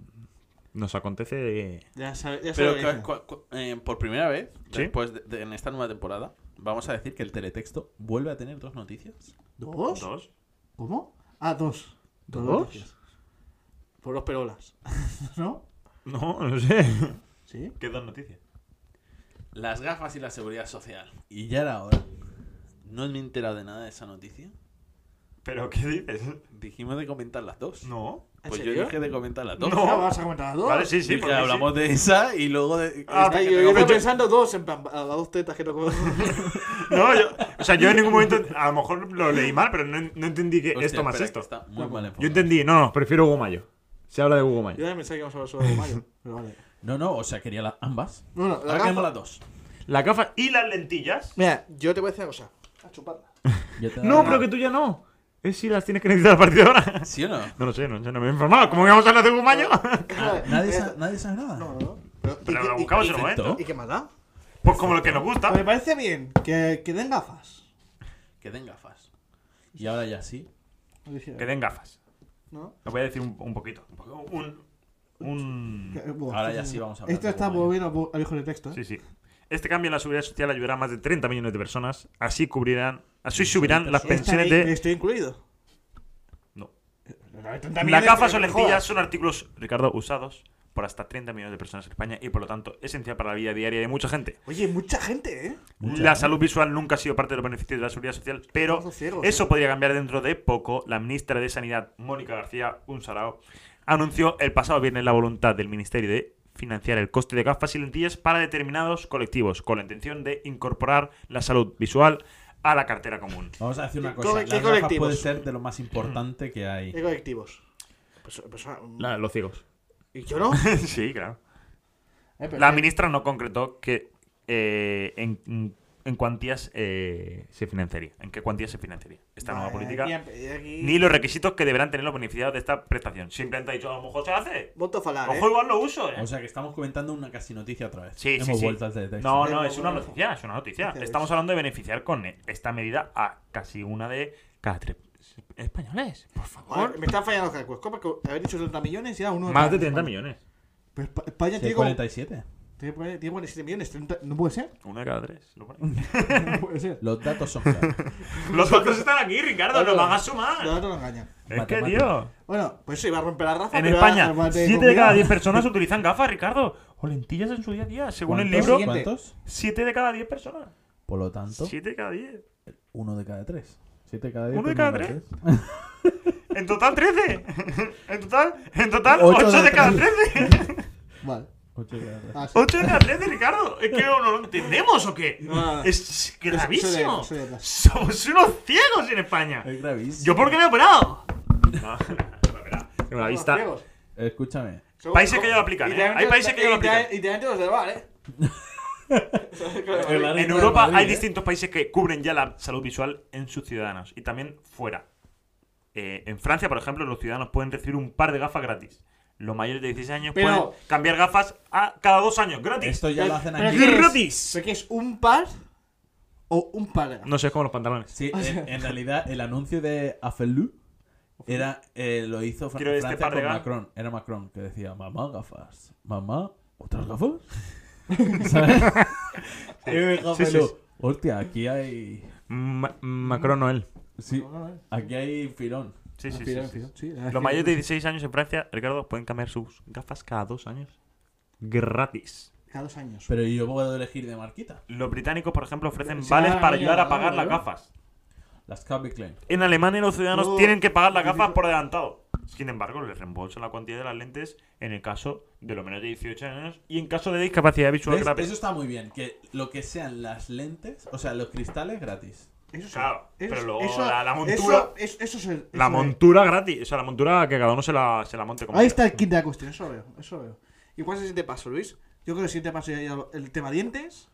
C: nos acontece...
B: ya sabes, ya
D: Pero
B: sabes.
D: cua- cua- cua- eh, por primera vez,
C: Sí.
D: después de, de- en esta nueva temporada, vamos a decir que el teletexto vuelve a tener dos noticias.
B: ¿Dos?
C: Dos.
B: ¿Cómo? Ah, dos. Dos
C: ¿Dos?
B: noticias. Por los perolas. ¿No?
C: No, no sé.
B: ¿Sí?
D: ¿Qué dos noticias? Las gafas y la seguridad social.
A: Y ya era hora.
D: No me he enterado de nada de esa noticia.
C: ¿Pero qué dices?
D: Dijimos de comentar las dos.
C: No.
B: ¿En
D: Pues yo
B: serio?
D: dije de comentar las dos.
C: No.
B: Ah, ¿Vas a comentar las dos?
C: Vale, sí, sí.
D: Dije,
C: porque sí.
D: hablamos de esa y luego de.
C: Ah,
D: esta
B: Ah,
D: que
B: yo, yo
D: tengo
B: estaba
D: para-
B: pensando dos, en plan, a las dos tetas que no comemos.
C: No, yo, o sea, yo en ningún momento, a lo mejor lo leí mal, pero no, no entendí que
D: Hostia,
C: esto más
D: espera,
C: esto.
D: que está muy mal enfocado.
C: Yo entendí, no, no, prefiero Hugo Mayo. Se habla de Hugo
B: Yo
C: Mayo.
B: ya pensaba que íbamos a hablar sobre Mayo. Pero vale.
A: No, no, o sea, quería las ambas.
B: No, no, la
A: Ahora queremos
B: gafa-
A: las dos.
C: Las gafas y las lentillas.
B: Mira, yo te voy a decir una cosa. A chuparla.
A: Ya te
C: No, pero que tú ya no. Es si las tienes que necesitar a partir de ahora.
D: ¿Sí o no?
C: No lo sé, no, yo no me he informado. ¿Cómo que vamos a hablar de Hugo Mayo?
A: Ah,
C: eh,
A: nadie, sa- nadie sabe nada.
B: No, no, no. Pero,
C: Pero
B: ¿y,
C: lo
B: qué- y-
C: buscamos en un
A: perfecto.
C: momento.
B: y qué más da?
C: Pues como lo que nos
B: Ah, Me
C: gusta.
B: parece bien que, que den gafas.
D: Que den gafas.
A: Y ahora ya sí.
C: Que den gafas.
B: ¿No?
C: Lo voy a decir un, un poquito. Un, un...
B: Que- buah,
A: Ahora
B: sí,
A: ya
B: sí,
A: sí
B: sí.
A: vamos a hablar
B: Esto
A: de
B: está
A: Hugo Mayo.
B: volviendo a- al hijo de texto. ¿eh?
C: Sí, sí. Este cambio en la seguridad social ayudará a más de 30 millones de personas. Así cubrirán... Así subirán las
B: Esta
C: pensiones
B: ley-
C: de...
B: Estoy incluido.
C: No.
B: La
C: Las gafas o lentillas son artículos, Ricardo, usados por hasta 30 millones de personas en España y por lo tanto esencial para la vida diaria de mucha gente.
B: Oye, mucha gente, ¿eh?
A: Mucha
C: la
A: gente.
C: salud visual nunca ha sido parte de los beneficios de la seguridad social, pero
B: Estamos ciegos,
C: eso
B: ¿eh?
C: podría cambiar dentro de poco. La ministra de Sanidad, Mónica García Unsarao, anunció el pasado viernes la voluntad del Ministerio de financiar el coste de gafas y lentillas para determinados colectivos, con la intención de incorporar la salud visual a la cartera común.
A: Vamos a decir una
B: ¿Qué
A: cosa.
B: co- qué
A: Las gafas
B: colectivos?
A: puede ser de lo más importante que hay.
C: Eh,
B: ¿Qué colectivos? Pues- pues, ah,
C: los ciegos.
B: ¿Y yo no?
C: sí, claro.
B: Eh, pero-
C: La ministra no concretó que eh, en, en cuantías eh, se financiaría. ¿En qué cuantías se financiaría esta nueva
B: Vale,
C: política?
B: aquí- aquí-
C: Ni los requisitos que deberán tener los beneficiados de esta prestación. Simplemente ha dicho, a lo mejor se hace.
B: Voto a falar, ¿eh?
C: Ojo, igual lo uso. eh.
A: O sea, que estamos comentando una casi noticia otra vez.
C: Sí, sí,
A: Hemos
C: sí.
A: vuelto al de
B: Sí,
C: No, no,
B: no,
C: es una
B: no.
C: noticia, es una noticia.
B: Noticia,
C: Estamos
B: sí.
C: hablando de beneficiar con esta medida a casi una de cada tres españoles. Por
B: Joder,
C: favor.
B: me están fallando los cálculos. ¿Cómo que haber dicho 30 millones y era uno?
C: Más de 30 millones.
B: Pero Espa- Pues España
A: Sí,
B: tiene, como-
A: 47.
B: tiene por ahí- tiene 47 millones. 30 No puede ser.
C: Una de cada tres. lo pone.
B: No puede ser.
A: Los datos son claros.
C: Los otros están aquí, Ricardo, no
B: Otro.
C: me hagas sumar.
B: Los datos no engañan.
C: Es que,
A: Matemática.
C: tío.
B: Bueno, pues sí, va a romper la raza.
C: En
B: pero
C: España,
B: ahora te
C: 7 de
B: convido.
C: cada 10 personas utilizan gafas, Ricardo. O lentillas en su día a día, según el
A: ¿Cuántos?
C: libro.
B: Siguiente.
A: ¿Cuántos?
C: 7 de cada 10 personas.
A: Por lo tanto,
C: 7 de cada 10.
A: uno de cada tres. Siete de cada diez.
C: Uno de
A: pues,
C: cada
A: menos
C: En total 13. En total, en total
A: Ocho
C: 8
A: de
C: de cada
A: tres.
C: 13.
B: Vale.
A: Ocho de cada tres.
B: Ah, sí.
C: 8 de cada 13, Ricardo. Es que no, no lo entendemos o qué.
B: No, no.
C: Es
B: Soy de-
C: gravísimo.
B: soy de atrás.
C: Somos unos ciegos en España.
A: Es gravísimo.
C: ¿Yo por qué me he operado? No, me he operado. Tengo la
B: Los
C: vista.
B: ciegos.
A: Escúchame.
B: Según-
C: Países que ya lo aplican, ¿eh?
B: Literalmente-
C: Hay países que ya lo aplican.
B: literal- Literalmente los de bar, ¿eh?
A: Madrid
C: En
A: no es
C: Europa
A: Madrid,
C: hay
A: ¿eh?
C: distintos países que cubren ya la salud visual en sus ciudadanos y también fuera. Eh, en Francia, por ejemplo, los ciudadanos pueden recibir un par de gafas gratis. Los mayores de 16 años
B: Pero-
C: pueden cambiar gafas a cada dos años, gratis.
A: Esto ya lo hacen
B: Pero
A: aquí.
B: ¿qué es?
C: Gratis.
B: ¿Pero qué es un par o un par de gafas?
C: No sé, es como los pantalones.
A: Sí, en, en realidad el anuncio de Affelu era eh, lo hizo Fran-
C: Quiero este
A: Francia
C: par de
A: con
C: gafas.
A: Macron. Era Macron que decía, mamá, gafas. Mamá, ¿otras gafas? ¿Sabes? Y me dijo
C: Sí, sí,
A: Afflelou,
C: sí.
A: hostia, aquí hay...
C: Macron Noel.
A: Sí,
B: No, no,
A: aquí hay filón.
C: Sí, sí, sí,
B: Fidel,
C: sí.
B: Fidel, sí, la
C: Los
B: Fidel.
C: mayores de 16 años en Francia, Ricardo, pueden cambiar sus gafas cada dos años. Gratis.
B: Cada dos años.
A: Pero yo puedo elegir de marquita.
C: Los británicos, por ejemplo, ofrecen
B: Sí,
C: vales
B: ah,
C: para
B: ya,
C: ayudar a
B: ya,
C: pagar
B: ya.
C: las gafas.
A: Las Calvin Klein.
C: En Alemania los ciudadanos
B: No.
C: tienen que pagar las gafas por adelantado. Sin embargo, les reembolsan la cuantía de las lentes en el caso de los menores de 18 años y en caso de discapacidad visual
A: ¿Ves?
C: grave.
A: Eso está muy bien, que lo que sean las lentes, o sea, los cristales gratis.
B: Eso sí.
C: Claro,
B: Eso-
C: pero luego
B: eso-
C: la- la montura-
B: Eso, eso, eso es el- eso
C: La
B: es-
C: montura gratis. O sea, la montura que cada uno se la, se la monte como
B: Ahí
C: quiera.
B: está el kit de la cuestión, eso veo, eso veo. ¿Y cuál es el siguiente paso, Luis? Yo creo que el siguiente paso ya- ya lo- el tema dientes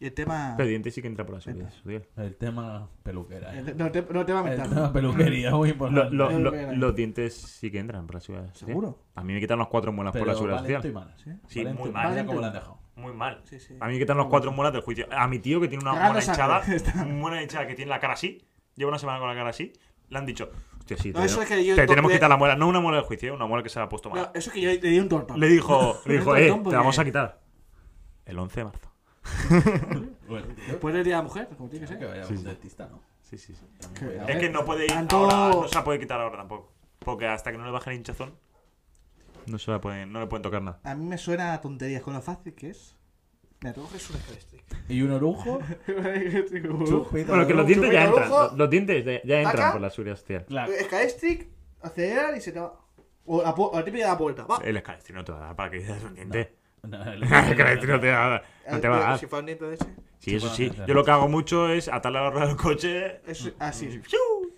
B: y el tema...
C: Pero dientes sí que entra por la seguridad social.
A: El tema peluquera. ¿eh?
B: el- no, te- no, el tema
A: El
B: mental.
A: tema peluquería, muy
C: Lo-
A: importante.
C: lo-
B: Creo
C: lo-
B: que era.
C: los dientes sí que entran por la seguridad social.
B: ¿Seguro?
C: A mí me quitan los cuatro muelas
A: pero
C: Ah, por la seguridad
A: valen
C: social.
A: tu mano, ¿sí?
C: Sí,
A: Valen
C: muy
A: tu
C: mal.
A: mano, como la han dejado.
C: Muy mal.
B: Sí, sí.
C: A mí me quitan los cuatro muelas del juicio. A mi tío que tiene una
B: Cagando
C: muela hinchada,
B: sangre. Está.
C: una muela hinchada que tiene la cara así, lleva una semana con la cara así, le han dicho, hostia, sí, te,
B: No, eso es que yo
C: te
B: to-
C: tenemos que
B: le-
C: quitar la muela, no una muela del juicio, una muela que se la ha puesto mal.
B: No, eso que yo le di un tortón.
C: Le dijo, le
B: No
C: dijo,
B: es
C: eh,
B: tonto
C: te
B: porque-
C: la vamos a quitar. El 11 de marzo.
A: Bueno, tío,
B: Después le di a la mujer, como tiene que
A: que
B: ser.
A: vaya a un dentista, ¿no?
C: Sí, sí, sí.
B: A
F: Es
B: ver,
C: que no puede ir
B: tanto-
C: ahora, no se la puede quitar ahora tampoco. Porque hasta que no le baje el hinchazón, no se la pueden, no le pueden tocar nada.
B: A mí me suena a tonterías con lo fácil que es. Me coges una
A: Y un orujo.
B: Scalestrick.
F: Bueno, que los dientes ya
B: Chupito
F: entran.
B: rojo.
F: Los, los dientes de- ya entran
B: Taca.
F: por la seguridad social.
A: Claro.
B: Scalestrick, acelerar y se te va. O la, pu- o la típica de la puerta. Va.
C: El escalestri no te va a dar para que dices un diente.
A: No, no,
C: El escalestri no te va a dar. No
F: Eh,
C: te va a
B: Si
C: dar.
B: fuera un nieto de ese.
C: Sí, eso sí.
A: bueno,
C: Yo lo que hago mucho es atarle a la rueda del coche.
B: Es así. Bueno,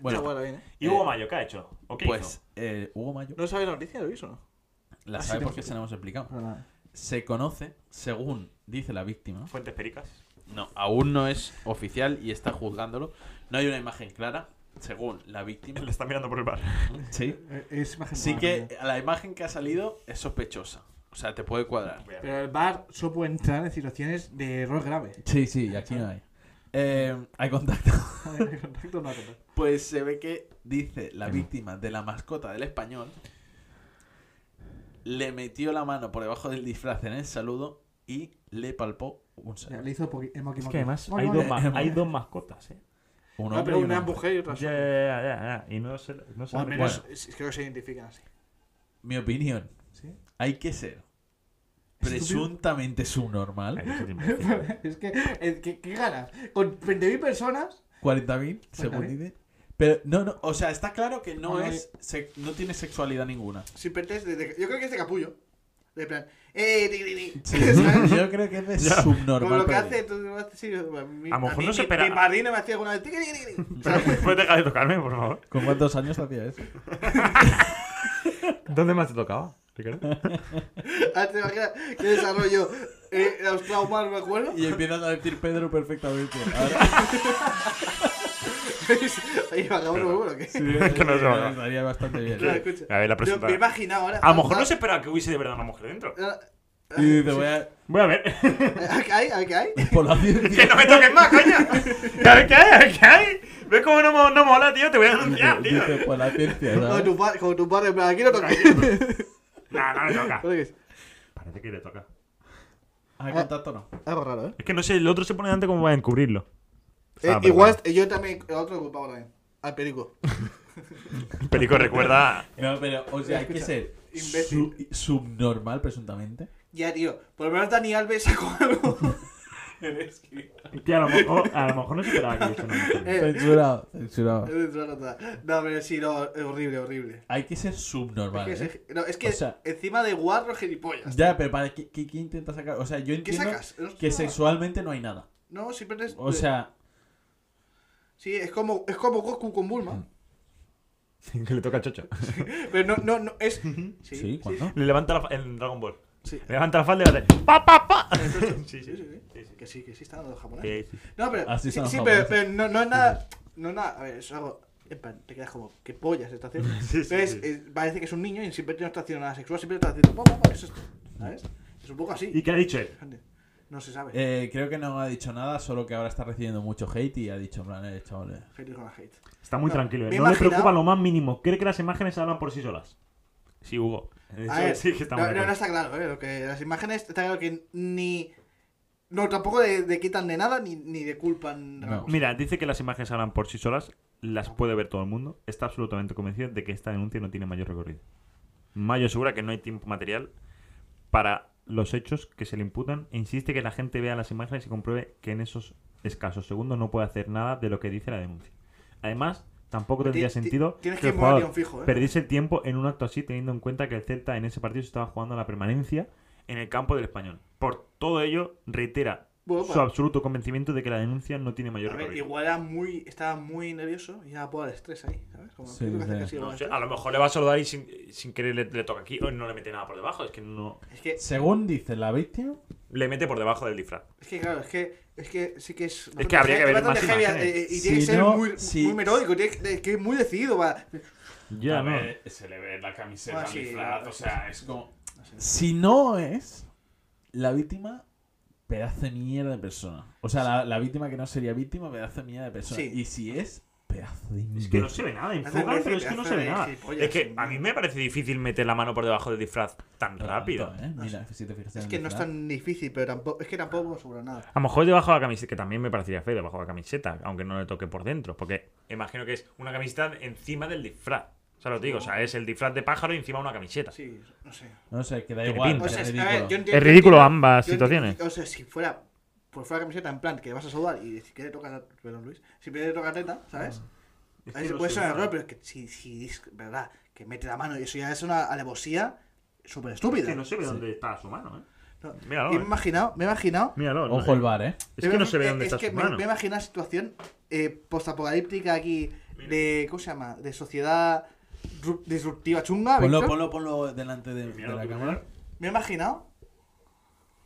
A: Bueno,
B: bueno, bien, ¿eh?
C: ¿Y Hugo Mayo qué ha hecho? ¿O qué
A: pues eh, Hugo Mayo
B: ¿No sabes la noticia? ¿Lo visto o no?
A: la
B: Ah, sí,
A: sabe porque
B: perfecto.
A: se la hemos explicado.
B: Pero nada.
A: Se conoce, según dice la víctima,
C: hizo? Fuentes pericas.
G: No, aún no es oficial y está juzgándolo. No hay una imagen clara, según la víctima.
C: Le está mirando por el bar.
A: sí,
B: Eh, Es imagen
G: Sí
B: buena,
G: que
B: mira.
G: la imagen que ha salido es sospechosa. O sea, te puede cuadrar.
B: Pero el bar solo puede entrar en situaciones de error grave.
A: sí, sí, y aquí no hay. Eh, hay contacto.
B: Contacto no ha contacto.
G: Pues se ve que dice la víctima de la mascota del español le metió la mano por debajo del disfraz en el saludo y le palpó un
B: Ya,
G: saludo.
B: Le hizo poqui- el moqui
F: Es
B: moqui.
F: que además
B: Moqui
F: hay
B: moqui.
F: dos, ma- hay dos mascotas, ¿eh?
A: Un
B: No,
A: hombre
B: pero
A: y una
B: una
A: mujer.
B: mujer y otra
F: Ya,
B: sola.
F: ya, ya, ya, Y no se, no se
B: O al
F: le-
B: menos
F: Bueno,
B: es es que no se identifican así.
A: Mi opinión,
B: ¿Sí?
A: hay que ser presuntamente subnormal.
F: ahí se te investiga.
B: es que, eh, ¿qué, qué ganas? Con 20.000 personas.
A: 40.000, según
B: bien.
A: dice. Pero no, no, o sea, está claro que no
B: Ah,
A: es se- no tiene sexualidad ninguna.
B: Sin pertes, de, de- yo creo que es de capullo. De plan, ¡eh! Di, di, di. ¿Sabes?
A: Yo creo que es de
F: Ya.
B: Como
A: subnormal.
B: lo que
A: perdido.
B: hace, tú no haces, sí, a mí-
C: A lo mejor
B: mí
C: no se
B: mi-
C: espera-
B: Mi padrino me hacía alguna vez. "Di, di, di, di". ¿Sabes?
C: ¿Puedes dejar de tocarme, por favor?
A: ¿Con cuántos años hacía eso?
F: ¿Dónde más te tocaba? Ricardo?
B: Ah, ¿Te imaginas qué desarrollo? Eh, los traumas, me acuerdo.
A: Y empiezan a decir Pedro perfectamente. Ahora,
B: Ahí va, cabrón, me acuerdo que.
C: que no se va a dar.
A: estaría bastante bien.
B: Claro, escucha.
C: A ver, la
B: Yo
C: presunta.
B: me imagino ahora.
C: A lo mejor no se esperaba que hubiese de verdad una mujer dentro.
A: Y dice, voy a.
F: Voy a ver.
B: ¿Qué hay? ¿A qué hay?
A: Por la ciencia.
C: ¡Que no me toques más, coño! A ver qué hay, a ver qué hay. ¿Ves cómo no, mo- no mola, tío? Te voy a denunciar,
A: Dice,
C: tío.
A: dice, por la ciencia.
B: Como
A: ¿sabes?
B: tu, padre, como tu padre, en plan, aquí no toca.
C: No, no me toca.
B: Creo que es
F: Parece que le toca.
A: Ah, contacto no.
B: Algo raro, ¿eh?
C: Es que no sé, el otro se pone delante como para encubrirlo.
B: Eh,
F: Ah,
B: igual eh, yo también, el otro culpado también. Al perico.
C: Perico recuerda.
A: No, pero, o sea, hay que ser su-
B: Imbécil.
A: subnormal, presuntamente.
B: Ya, tío. Por lo menos Dani Alves sacó algo.
F: Tío, a lo, mejor, a lo mejor no se esperaba que hubiese una mujer.
B: Eh,
A: Censurado, censurado.
B: es raro, no, no, pero sí, no, es horrible, horrible.
A: Hay que ser
B: Es
A: subnormal.
B: que,
A: ¿eh?
B: se- no, es que
A: O sea-
B: encima de guarro gilipollas.
A: Ya, pero para qué, qué- qué intenta sacar. O sea, yo
B: ¿Qué
A: entiendo
B: sacas? No,
A: que
B: no,
A: sexualmente no hay nada.
B: No, siempre es.
A: O sea,
B: Sí, es como, es como Goku con Bulma.
A: Mm.
F: Que le toca al chocho.
B: Pero no, no, no, es. Sí,
A: sí, ¿cuándo?
C: Le levanta la fa- en Dragon Ball.
B: Sí.
C: Le levanta la falda y le hace. ¡Pa, pa, pa!
B: ¿Eh? Sí, sí, sí. Que sí, que sí, están los japoneses.
C: Sí, sí.
B: No, pero.
A: Así
B: sí,
A: son los
B: sí, pero,
A: japoneses.
B: pero no, no es nada. No es nada. A ver, es algo. En plan, te quedas como, ¿qué pollas está haciendo?
C: Sí, sí,
B: Entonces,
C: sí.
B: eh, parece que es un niño y siempre no está haciendo nada sexual, siempre está haciendo. "Pa, pa, pa", eso es- ¿Sabes? Es un poco
F: ¿Y
B: así.
F: qué ha dicho él?
B: No se sabe.
A: Eh, creo que no ha dicho nada, solo que ahora está recibiendo mucho hate y ha dicho, en plan, eh, chavales.
B: Feliz con la hate.
F: Está muy
B: No,
F: tranquilo. ¿eh?
B: me
F: No le
B: imaginaba-
F: preocupa lo más mínimo. Cree que las imágenes hablan por sí solas.
C: Sí, Hugo.
B: A ver,
F: sí que está
B: no,
F: mal.
B: no, no está claro, ¿eh? Lo que, las imágenes está claro que ni. No, tampoco de, de quitan de nada ni, ni de culpan. de
A: No.
B: nada.
C: Mira, dice que las imágenes hablan por sí solas, las puede ver todo el mundo. Está absolutamente convencida de que esta denuncia no tiene mayor recorrido. Mayo asegura que no hay tiempo material para los hechos que se le imputan e insiste que la gente vea las imágenes y compruebe que en esos escasos segundos no puede hacer nada de lo que dice la denuncia. Además, tampoco
B: Ti-
C: tendría
B: ti-
C: sentido
B: tienes
C: el
B: que mover
C: jugador
B: un fijo, ¿eh?
C: perdiese el tiempo en un acto así teniendo en cuenta que el Celta en ese partido se estaba jugando la permanencia en el campo del español. Por todo ello, reitera
B: Bueno, pues,
C: su
B: para-
C: absoluto convencimiento de que la denuncia no tiene mayor
B: A ver,
C: recorrido.
B: igual era muy, estaba muy nervioso y era por el estrés ahí, ¿sabes? Como
A: Sí,
B: creo que hace
A: sí.
B: casi
C: No
B: igual
C: sé,
B: estrés.
C: a lo mejor le va a saludar y sin, sin querer le, le toca aquí o no le mete nada por debajo. Es que no.
B: Es que,
A: Según dice la víctima,
C: Le mete por debajo del disfraz.
B: es que claro, es que, es que sí que es...
C: Es que habría que ver
B: bastante
C: más
B: heavy,
C: imágenes.
B: eh, y
A: Si
B: tiene que ser
A: no,
B: muy,
A: si-
B: muy metódico, tiene que, es que es muy decidido para...
C: Ya, no.
A: se le ve la camiseta,
B: Ah, sí, el disfraz, o sea,
A: es como... Si no es la víctima, pedazo de mierda de persona. O sea, la, la víctima que no sería víctima, pedazo de mierda de persona.
B: Sí.
A: Y si es, Pedazo de
C: Es que no se ve nada, enfocan, pero es que no se ve nada. Es que a mí me parece difícil meter la mano por debajo del disfraz tan rápido.
A: ¿eh? Mira, si te fijas en
B: Ah, Es
A: el
B: que no es
A: disfraz.
B: tan difícil, pero tampoco. Es que tampoco asegura nada.
C: A lo mejor debajo de la camiseta, que también me parecería feo debajo de la camiseta, aunque no le toque por dentro, porque imagino que es una camiseta encima del disfraz. O sea, lo que te digo, o sea, es el disfraz de pájaro encima de una camiseta.
B: Sí, no sé.
A: No sé, que da
C: Tiene
A: igual.
C: pinta.
B: O
A: es
B: sea, Pues a
A: ridículo.
B: ver, yo entiendo-
C: Es ridículo
B: yo entiendo-
C: ambas
B: yo entiendo-
C: situaciones.
B: O sea, si fuera por fuera camiseta, en plan, que vas a saludar y si quiere tocar. Perdón, Luis. Si quiere tocar teta, ¿sabes?
C: Ah.
B: Ahí se puede ser un error, pero es que si, si es verdad que mete la mano y eso ya es una alevosía súper estúpida.
C: que no se ve dónde está su mano, ¿eh?
B: No.
C: Míralo,
B: Y me he
C: eh.
B: imaginado, me he imaginado.
C: Míralo. no,
A: Ojo
C: eh.
A: el bar, ¿eh?
C: Es que no se ve
B: eh,
C: dónde
B: es
C: está
B: que
C: su
B: me,
C: mano.
B: me he imaginado una situación eh, postapocalíptica aquí de. ¿Cómo se llama? De sociedad ru- disruptiva chunga.
A: Ponlo,
B: Víctor.
A: ponlo, ponlo delante de, de la cámara.
B: Me he imaginado.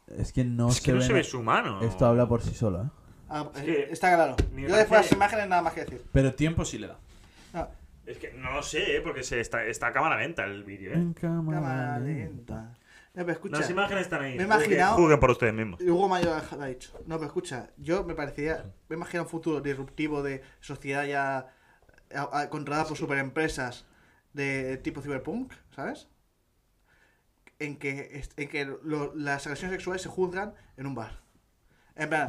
A: Es que no
C: Es que no se ve su mano.
A: Esto habla por sí solo, ¿eh?
B: Ah,
C: Es
B: eh,
C: que-
B: está claro.
C: ni
B: Yo después de las
C: gracia-
B: imágenes nada más que decir.
A: Pero tiempo sí le da.
B: No,
C: Es que no lo sé, eh, porque se está, está a cámara lenta el vídeo, ¿eh?
A: Mm,
B: cámara lenta. No, pero escucha.
C: Las imágenes están ahí.
B: me he
C: Juzguen-
B: imaginado-
C: Juzguen por ustedes mismos.
B: Hugo Mayo ha- ha dicho. No, pero escucha, yo me parecía. Me imagino un futuro disruptivo de sociedad ya a- a- controlada por superempresas de tipo cyberpunk, ¿sabes? En que, est- en que lo- las agresiones sexuales se juzgan en un bar. En plan,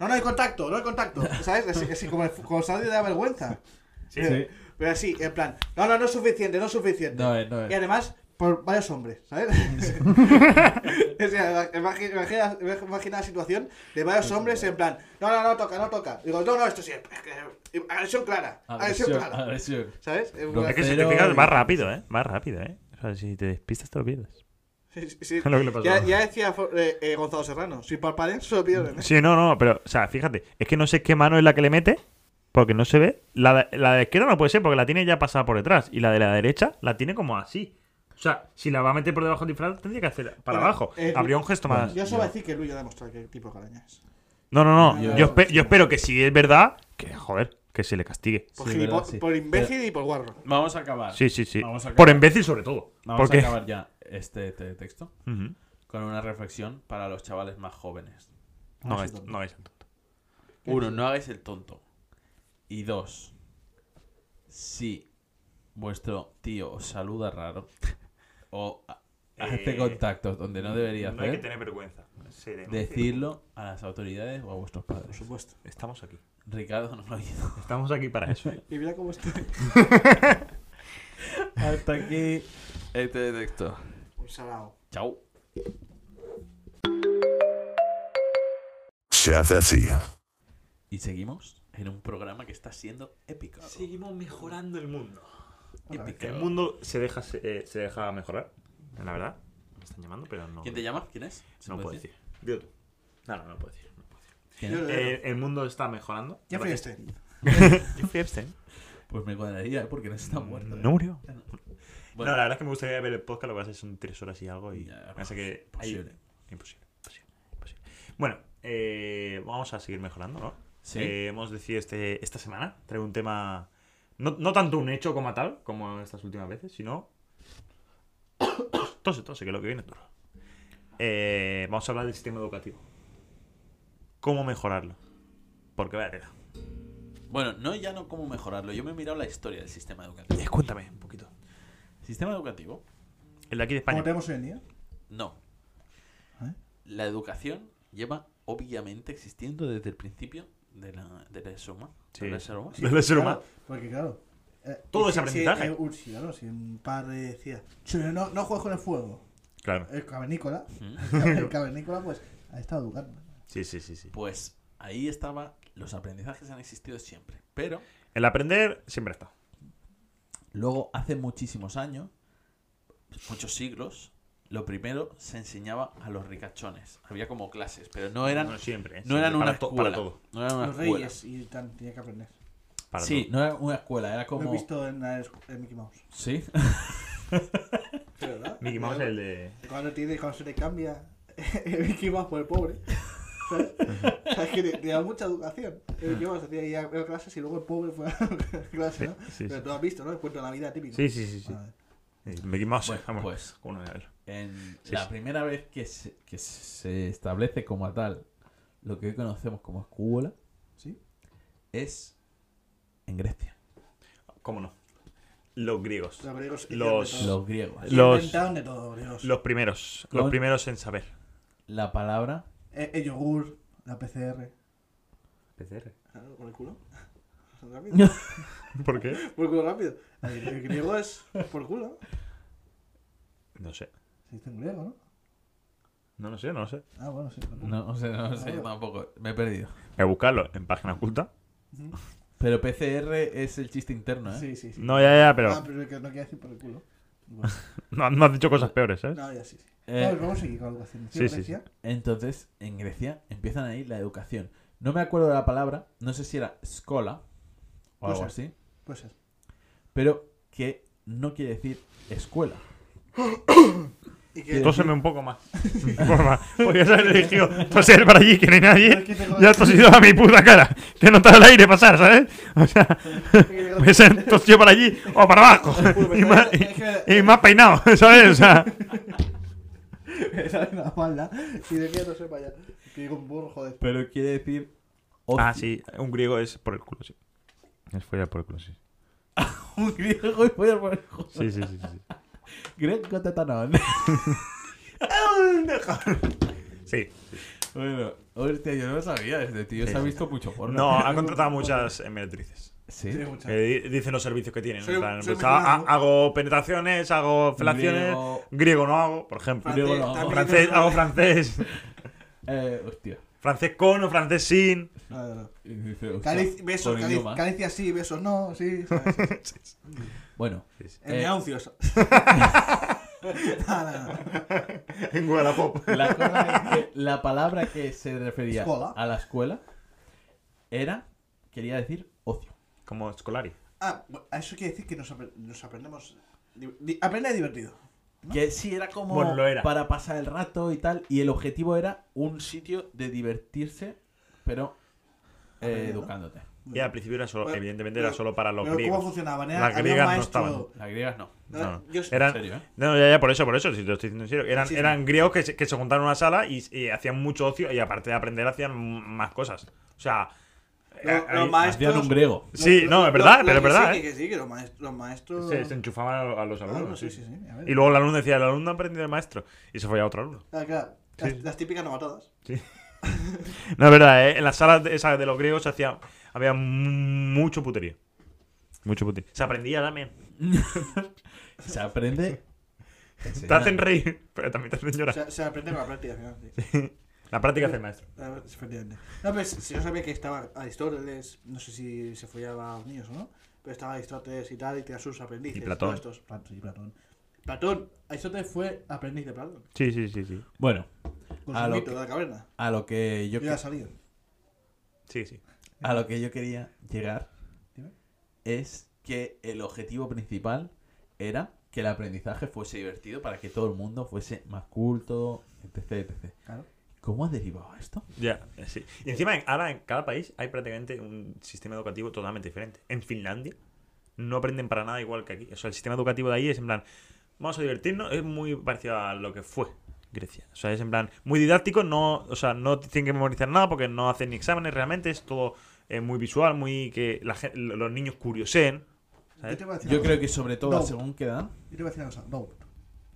B: no, no hay contacto, no hay contacto, ¿sabes? Así, así como, el, fu- como el audio de la vergüenza.
C: Sí,
B: pero,
A: sí.
B: pero así, en plan, no, no, no es suficiente, no es suficiente.
A: No es, no
B: Y
A: es.
B: además, por varios hombres, ¿sabes? o sea, imagi- imagina, imagina la situación de varios hombres en plan, no, no, no toca, no toca. Digo, no, no, esto sí, es que- agresión clara,
A: Agresión,
B: agresión, clara.
A: agresión.
B: ¿Sabes? Es
A: Lo
B: una-
C: Es que si te
A: Pero-
C: fijas, va rápido, ¿eh? Va rápido, ¿eh? O sea, si te despistas, te lo pierdes.
B: sí, sí, sí.
C: lo que le pasó.
B: Ya, ya decía eh, eh, Gonzalo Serrano, si parpadean, solo pierden. ¿eh?
C: Sí, no, no, pero, o sea, fíjate, es que no sé qué mano es la que le mete, porque no se ve. La de la, de izquierda no puede ser, porque la tiene ya pasada por detrás. Y la de la derecha la tiene como así. O sea, si la va a meter por debajo del disfraz, tendría que hacer para
B: Bueno,
C: abajo.
B: eh,
C: Habría un gesto más.
B: Yo solo voy a decir que Luis ya ha demostrado qué tipo de caraña es.
C: No, no, no.
A: Yo-
C: Yo, espe- yo espero que si es verdad, que joder, que se le castigue.
B: Por,
A: Sí,
B: gilipo-
A: verdad, sí.
B: por imbécil y por guarro.
A: Vamos a acabar.
C: Sí, sí, sí.
A: Vamos a acabar.
C: Por imbécil, sobre todo.
A: Vamos
C: porque...
A: a acabar ya este, este texto
C: Ujú.
A: con una reflexión para los chavales más jóvenes.
C: No es, no es.
A: Uno, no hagáis el tonto. Y dos, si vuestro tío os saluda raro o a- hace
C: Eh,
A: contactos donde no debería hacer,
C: vergüenza. Se denuncia.
A: decirlo a las autoridades o a vuestros padres.
B: supuesto.
C: Estamos aquí.
A: Ricardo no lo ha oído.
C: Estamos aquí para eso.
B: Y mira cómo estoy.
A: Hasta aquí.
H: Este texto.
B: Un salado.
A: Chao.
E: Se hace así.
A: Y seguimos en un programa que está siendo épico.
C: Seguimos mejorando el mundo.
A: épico.
C: El mundo se deja, se, eh, se deja mejorar, la verdad. Me están llamando, pero no.
A: ¿Quién te llama? ¿Quién es? ¿Se
C: No
A: puede
C: puedo decir. Dilo tú. No, no, no puedo decir.
A: ¿Quién
B: Yo
A: es?
B: lo-
C: Eh, el mundo está mejorando.
B: Ya fui
C: Gracias.
B: este.
C: Jeffrey Epstein.
A: Pues me cuadraría porque no está muerto. ¿eh?
C: Mm, No murió.
A: Bueno.
C: No, la verdad es que me gustaría ver el podcast, lo que pasa es que son tres horas y algo y
A: Ya,
C: me hace que... ahí-
A: imposible.
C: Imposible, imposible, imposible. Bueno, eh, vamos a seguir mejorando, ¿no?
A: Sí.
C: Eh, hemos decidido este, esta semana traer un tema, no, no tanto un hecho como tal, como estas últimas veces, sino... tose, tose, que lo que viene es duro. Eh, vamos a hablar del sistema educativo. ¿Cómo mejorarlo? Porque vaya tela.
A: Bueno, no ya no cómo mejorarlo. Yo me he mirado la historia del sistema educativo.
C: Eh, cuéntame un poquito.
A: ¿Sistema educativo?
C: El de aquí de
B: ¿Cómo
C: España.
B: tenemos hoy en día?
A: No.
B: ¿Eh?
A: La educación lleva obviamente existiendo desde el principio de la, de la suma.
C: Sí.
A: de la ser humana.
C: Del ser
B: Claro,
C: humano.
B: porque claro. eh,
C: Todo
B: y
C: es aprendizaje.
B: Si, eh, un- sí, claro, si un padre decía, "Che, no, no juegues con el fuego.
C: Claro.
B: El cavernícola,
A: Ujú.
B: el cavernícola, pues, ha estado educando.
C: Sí, sí, sí, sí.
A: Pues ahí estaba. Los aprendizajes han existido siempre. Pero
C: El aprender siempre está.
A: luego, hace muchísimos años, muchos siglos, lo primero se enseñaba a los ricachones. Había como clases, pero no eran,
C: no siempre, ¿eh?
A: no
C: Siempre.
A: eran una
C: para to-
A: escuela.
C: para todo.
A: No eran una
B: Los
A: escuela.
B: reyes y tan, tenía que aprender.
C: Para
A: sí,
C: todo.
A: no era una escuela, era como.
B: Lo he visto en, la, escu- en Mickey Mouse.
A: Sí. Ah,
B: ¿De ¿Verdad?
C: Mickey Mouse es
B: Claro.
C: el de.
B: Cuando, tiene, cuando se le cambia el Mickey Mouse por el pobre. ¿Sabes? Es que te, te da mucha educación. El Mickey Mouse hacía ir a a clases y luego el pobre fue a clase, ¿no?
C: sí,
B: Pero
C: sí.
B: tú has visto, ¿no? El cuento de la vida típico.
C: Sí, sí, sí. sí.
B: Vale.
C: Eh, Mickey Mouse,
A: Bueno,
C: vamos.
A: pues.
C: Uno de ver.
A: En
C: Sí,
A: la
C: sí.
A: primera vez que se, que se establece como tal lo que hoy conocemos como escuela,
B: ¿Sí?
A: es en Grecia.
C: ¿Cómo no? Los griegos.
B: Los griegos
C: Los-
B: hicieron de
A: Los
B: todo.
A: griegos.
C: los-
B: Inventaron de todo, griegos.
C: Los primeros.
A: Con-
C: Los primeros en saber.
A: La palabra
B: Eh, El, yogur, la PCR.
I: PCR.
B: Claro, Con el culo. Rápido.
C: ¿Por qué?
B: Por culo rápido. El el griego es por culo.
C: No sé.
B: Se dice en griego, ¿no?
C: No lo sé, no lo sé.
B: Ah, bueno, sí. por culo.
A: No, sé, no
B: Ah.
A: sé, yo tampoco. Me he perdido.
C: Voy a buscarlo en página oculta.
A: Pero PCR es el chiste interno, ¿eh?
B: Sí, sí, sí.
C: No, ya, ya,
B: Ah,
C: pero
B: pero que no quiere decir por el culo. Bueno,
C: no, no has dicho cosas peores, ¿eh?
B: no, ya sí. sí.
A: Eh,
B: No, vamos a seguir con la educación.
C: sí, sí,
B: Grecia.
A: Entonces, en Grecia empiezan ahí la educación. No me acuerdo de la palabra, no sé si era escola o
B: Puede
A: algo
B: ser.
A: así,
B: Puede ser.
A: pero que no quiere decir escuela.
B: Y que-
C: Tóseme un poco más. Porfa, podrías haber elegido toser para allí, que no hay nadie. Ya has tosido a mi puta cara. Que no te da el aire pasar, ¿sabes? O sea, me ser tosido para allí o para abajo. Y más, y- y más peinado, ¿sabes? O sea,
B: Esa es la maldad. Y de que no sepa ya. Que digo un burro, joder.
A: Pero quiere decir ocio.
C: Ah, sí, un griego es por el culo, sí. Es follar por el culo, sí.
A: Un griego y voy a poner
C: Sí, sí, sí. Sí,
A: Griego tetanón.
C: sí.
A: Bueno, hostia, yo no lo sabía. Este tío se ha visto mucho porno.
C: No, ha contratado muchas emperatrices.
A: Sí.
B: Tiene mucha-
C: Eh, di- dicen los servicios que tienen.
B: Soy-
C: en plan,
B: soy
C: pues, ha-
B: mexicano.
C: ha- hago penetraciones, hago felaciones.
A: Griego.
C: Griego. no hago, por ejemplo.
B: Francés,
A: luego lo hago.
B: también
C: Francés,
B: tiene-
C: hago francés.
A: Eh, hostia.
C: Francés con o francés sin.
B: No, no, no.
A: Y dice,
C: Pues
A: hostia,
B: Cariz,
A: por
B: besos, cariz,
A: idioma.
B: caricias sí, besos no, sí. ¿sabes?
A: Bueno,
B: En
A: Eh.
B: Neauncios. no, no, no.
C: En Guadalajara.
A: la, cosa es que la palabra que se refería
B: Escuela.
A: a la escuela era, quería decir, ocio.
C: Como Scolari.
B: Ah, bueno, eso quiere decir que nos, apre- nos aprendemos. di- di- Aprende divertido.
A: Que sí, era como
C: Bueno, lo era.
A: para pasar el rato y tal. Y el objetivo era un sitio de divertirse, pero eh,
B: Aprender, ¿no?
A: educándote.
C: Y al principio era solo,
B: Bueno,
C: evidentemente
B: pero-
C: era solo para los
B: Pero
C: griegos.
B: ¿cómo funcionaban? Era,
C: Las
B: había un
C: griegas no
B: maestro-
C: estaban.
A: Las griegas no.
C: No, no.
B: Yo-
C: Eran,
A: serio, ¿eh?
C: no, ya, ya, por eso, por eso, si te lo estoy diciendo en serio. Eran,
B: Sí, sí.
C: eran griegos que se, que se juntaron en una sala y, y hacían mucho ocio y aparte de aprender hacían m- más cosas. O sea,
B: Lo-
C: eh,
B: los
C: ahí-
B: maestros.
A: Hacían un griego.
C: sí,
B: lo-
C: no,
B: lo-
C: es verdad,
B: lo-
C: pero es
B: que
C: verdad.
B: Sí,
C: eh.
B: que sí, que los maestros. Los maestros...
C: Se, se enchufaban a, a los
B: Ah,
C: alumnos.
B: no,
C: sí,
B: sí, sí, sí. a ver.
C: Y luego el alumno decía, el alumno ha aprendido del maestro. Y se fue a otro alumno.
B: Ah, claro, las, las típicas novatadas.
C: No, es verdad, ¿eh? en las salas de, esas de los griegos se hacía, había mu- mucho putería. Mucho putería. Se aprendía también.
A: Se aprende.
C: Te hacen reír, pero también te hacen llorar.
B: Se, se aprende con la práctica, al final, sí.
C: la
B: eh,
C: práctica hace el maestro.
B: A ver, Efectivamente. No, pues si yo sabía que estaba Aristóteles, no sé si se follaba a los niños o no, pero estaba Aristóteles y tal, y tenía sus aprendices.
C: Y Platón.
B: todos estos. Platón, sí, Platón. Platón, Aristóteles fue aprendiz de Platón,
C: Sí, sí, sí, sí.
A: Bueno,
B: con
A: Ah,
B: su
A: lo
B: mito
A: que-
B: de la caverna.
A: a lo que yo
B: Yo ya
A: que-
B: ha salido.
C: Sí, sí.
A: a lo que yo quería llegar
B: Dime.
A: es que el objetivo principal era que el aprendizaje fuese divertido para que todo el mundo fuese más culto, etc, etc.
B: Claro.
A: ¿Cómo ha derivado esto?
C: Ya, sí. Y encima, en- ahora en cada país hay prácticamente un sistema educativo totalmente diferente. En Finlandia no aprenden para nada igual que aquí. O sea, el sistema educativo de ahí es en plan, vamos a divertirnos, es muy parecido a lo que fue Grecia. O sea, es en plan, muy didáctico, no, o sea, no tienen que memorizar nada porque no hacen ni exámenes realmente, es todo eh, muy visual, muy que la gen- los niños curioseen.
B: Yo
C: ¿sabes?
B: te voy a decir
A: Yo
B: una
A: creo
B: cosa.
A: que sobre todo
B: No.
A: según que dan,
B: Yo te voy a decir una cosa, no.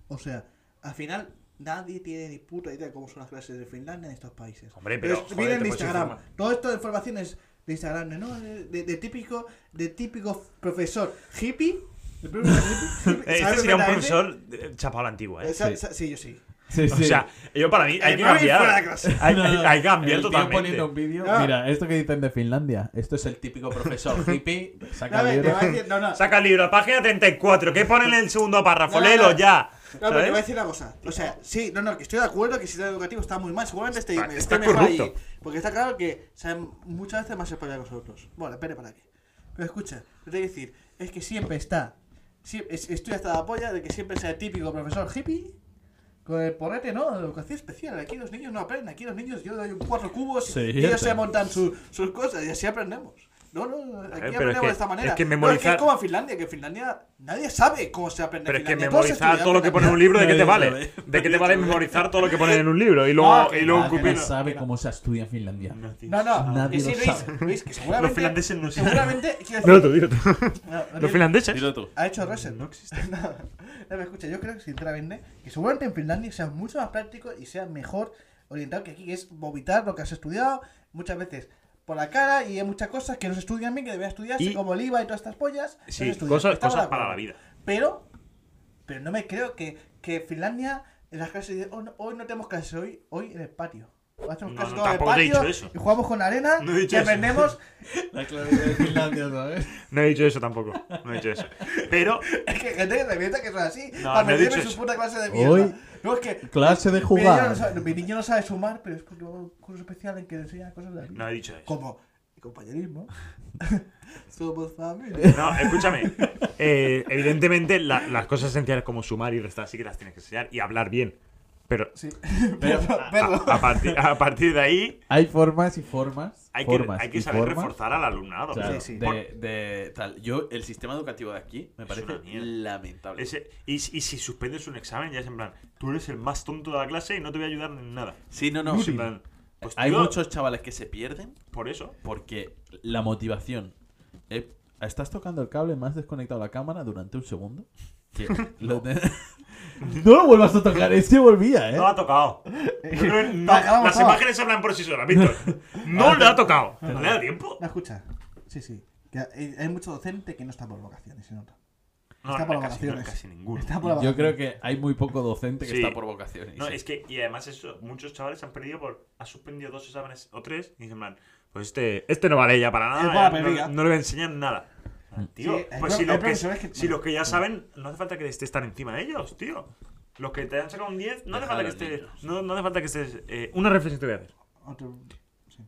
B: O sea, al final nadie tiene ni puta idea de cómo son las clases de Finlandia en estos países.
C: Hombre, pero,
B: es-
C: joder,
B: vienen
C: te
B: de
C: puedes
B: Instagram.
C: informar.
B: Todo esto de informaciones de Instagram, de, ¿no? De, de- de típico, de típico profesor hippie. El profesor hippie- hippie,
C: Eh, este
B: ¿sabes
C: sería un
B: perfectamente?
C: profesor eh, chapado a la antigua,
B: Eh,
C: ¿eh?
B: sa-
A: Sí.
B: sa- Sí, yo sí.
A: Sí,
C: O
A: sí.
C: sea, yo para mí hay
B: El
C: que
B: móvil fuera de
C: cambiar.
B: clase.
C: Hay,
A: No, no,
C: hay- hay que cambiar
A: el tío
C: totalmente.
A: poniendo un vídeo.
B: No.
A: Mira, esto que dicen de Finlandia. Esto es el típico profesor hippie. Saca el
B: No, ve, te
A: libro.
B: voy a decir, no, no,
C: Saca el libro, página 34. ¿Qué pone en el segundo párrafo?
B: No, no,
C: Léelo
B: no.
C: ya.
B: no, pero te voy a
C: ¿sabes?
B: decir una cosa. O sea, sí, no, no, que estoy de acuerdo que el sistema educativo está muy mal. Seguramente esté,
C: Está-
B: esté
C: está
B: mejor
C: corrupto.
B: allí. Porque está claro que saben muchas veces más español que nosotros. Bueno, espere para qué. Pero escucha, te voy a decir, es que siempre está. sie- es- estoy hasta la polla de que siempre sea el típico profesor hippie. Con el porrete, ¿no? De educación especial. Aquí los niños no aprenden. Aquí los niños, yo doy un cuatro cubos
A: Sí,
B: y ellos
A: sí.
B: se montan su- sus cosas y así aprendemos. No, no, aquí
C: pero es
B: aprendemos
C: que-
B: de esta manera.
C: es que
B: No,
C: memorizar-
B: es como en Finlandia, que en Finlandia nadie sabe cómo se aprende
C: Pero es que
B: Finlandia. Todos
C: memorizar
B: estudian
C: todo lo que pone en un
B: Finlandia.
C: libro, ¿de qué te vale?
J: Nadie
C: ¿De qué te vale memorizar todo lo que pone en un libro? Y luego,
B: Ah, que
C: y luego
B: nada, que
C: cupir-
A: no sabe cómo se estudia en Finlandia.
B: No, no,
A: Nadie
B: que sí,
A: lo
B: Luis,
A: sabe.
B: Luis, que seguramente.
C: Los finlandeses no saben.
B: Seguramente. quiero
K: No,
B: decir-
K: tú, dilo tú.
B: no, no
K: Los
B: tiene-
K: finlandeses.
J: Dilo tú.
B: Ha hecho reset.
C: No existe.
B: No, no me escucha, yo creo sinceramente que seguramente en Finlandia sea mucho más práctico y sea mejor orientado que aquí, que es vomitar lo que has estudiado muchas veces por la cara y hay muchas cosas que no se estudian bien, que deberían estudiarse,
C: Y-
B: como el IVA y todas estas pollas. no se
C: Sí,
B: estudian.
C: cosas,
B: Estamos
C: cosas
B: de
C: para la
B: acuerdo.
C: vida.
B: Pero, pero no me creo que, que Finlandia en las clases de, "Oh, no- hoy no tenemos clases, hoy, hoy en el patio. Hoy Hacemos
C: No,
B: clases
C: no,
B: todos en el
C: tampoco he
B: patio
C: dicho eso.
B: y jugamos con arena
C: No he dicho
B: y
C: eso.
B: aprendemos
A: La clave de Finlandia, ¿sabes?
K: No he dicho eso tampoco.
C: No he dicho eso. Pero
B: Es que gente que se piensa que son así.
C: No,
B: para
C: no he
B: meterme
C: dicho
B: su
C: eso.
B: puta clase de mierda.
A: Hoy,
B: no, es que.
A: clase de
B: mi
A: jugar.
B: niño no sabe- Mi niño, no sabe sumar, pero es porque va a un curso especial en que le enseña cosas de
C: no he dicho eso.
B: Como compañerismo. Somos familia.
C: No, escúchame.
K: Eh, evidentemente, la- las cosas esenciales como sumar y restar sí que las tienes que enseñar y hablar bien. Pero
B: Sí. Pero,
C: ah,
B: pero.
C: A, a partir, a partir de ahí
A: Hay formas y formas.
C: hay que,
A: formas
C: hay que
A: y
C: saber
A: formas.
C: reforzar al alumnado.
A: Claro,
B: Sí, sí.
A: de-
J: De, de tal. Yo, el sistema educativo de aquí me
C: Es
J: parece
C: una mierda.
J: lamentable.
C: Ese- y, si- y si suspendes un examen, ya es en plan, tú eres el más tonto de la clase y no te voy a ayudar en nada.
J: Sí, no, no.
C: Es en plan, pues
J: Hay
C: tío,
J: muchos chavales que se pierden
C: Por eso.
J: porque la
A: La motivación. Eh, ¿Estás tocando el cable más desconectado la cámara durante un segundo? Lo de- no lo vuelvas a tocar, es que volvía, ¿eh?
C: No ha tocado. Yo creo que no-
B: Acabamos,
C: las
B: acabamos.
C: imágenes hablan por sí solas, Víctor. No le ha tocado. No le da tiempo.
B: No, escucha. Sí, sí. Que hay, hay mucho docente que no está por vacaciones, se nota.
C: No,
B: Está por
C: casi,
B: vacaciones.
C: casi ninguno.
B: Está por
A: Yo
B: vacaciones.
A: creo que hay muy poco
J: gente
A: docente
J: que
C: Sí.
J: está por vocaciones.
C: No, es que, y además eso, muchos chavales se han perdido por, ha suspendido dos exámenes o tres y dicen, man, pues este, este no vale ya para
B: Es
C: nada,
B: para
C: ya
B: perdiga.
C: no, no le voy a enseñar nada. Tío,
B: Sí, hay
C: pues
B: pro-
C: si
B: hay
C: los, que,
B: profesores que-
C: si los que ya saben, no hace falta que estés tan encima de ellos, tío. Los que te han sacado un 10, no
J: Dejar
C: hace falta que
J: a los
C: estés,
J: niños.
C: no, no hace falta que estés, eh, una reflexión te voy a hacer.
B: Otro- sí.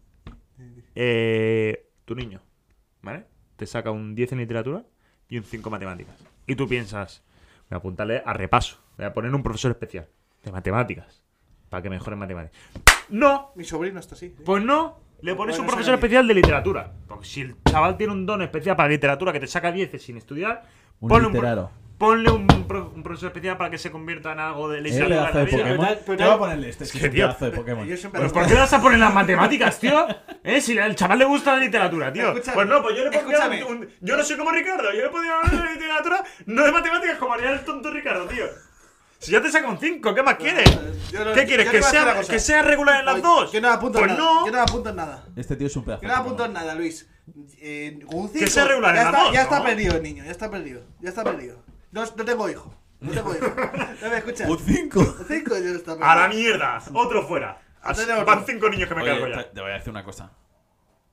B: Eh,
C: Eh, tu niño, ¿vale? Te saca un 10 en literatura y un 5 en matemáticas. Y tú piensas, voy a apuntarle a repaso, voy a poner un profesor especial de matemáticas para que mejore en matemáticas. ¡No!
B: Mi sobrino está así. ¿eh?
C: Pues no, le pones
B: Bueno, saca
C: un profesor
B: 10.
C: especial de literatura. Porque si el chaval tiene un don especial para literatura que te saca 10 sin estudiar,
A: Un
C: ponle, un,
A: literaro.
C: pro- ponle un, pro- un profesor especial para que se convierta en algo de
A: Es un
C: literatura. en
A: pedazo
C: la
A: de
C: vida.
A: Pokémon.
B: Pero te-
A: Te
B: pero te-
A: voy a poner el este, es que es un
C: tío.
A: pedazo de Pokémon.
B: Yo siempre
C: Pues ¿por qué le vas a poner las matemáticas, tío? ¿Eh? Si al chaval le gusta la literatura, tío.
B: Escúchame,
C: pues no, pues yo le pondría
B: escúchame.
C: un, un- Yo no soy como Ricardo, yo le podría hablar de literatura, no de matemáticas como haría el tonto Ricardo, tío. Si ya te saca un 5, ¿qué más quieres?
B: Yo no-
C: ¿Qué quieres?
B: yo
C: ¿Que
B: te voy a hacer una
C: sea,
B: cosa.
C: ¿Que sea regular en las
B: Oye,
C: dos?
B: Yo no apunto
C: pues
B: nada.
C: no.
B: Yo no apunto nada.
A: Este tío es un pedazo
B: Que
A: de
B: no apunto
A: Pokémon.
B: en nada, Luis. Eh, con un
C: Que
B: cinco,
C: sea regular
B: ya
C: en las
B: está,
C: dos,
B: ya está
C: ¿no?
B: perdido el niño, ya está perdido. Ya está perdido. No, no tengo hijo. No tengo hijo. No me escuchas.
A: Un 5.
B: Un cinco ya está perdido.
C: A la mierda, otro fuera. Así-
B: Tenemos
C: Van
B: otro.
C: cinco niños que me
J: Oye,
C: cargo
J: te,
C: ya.
J: te voy a decir una cosa.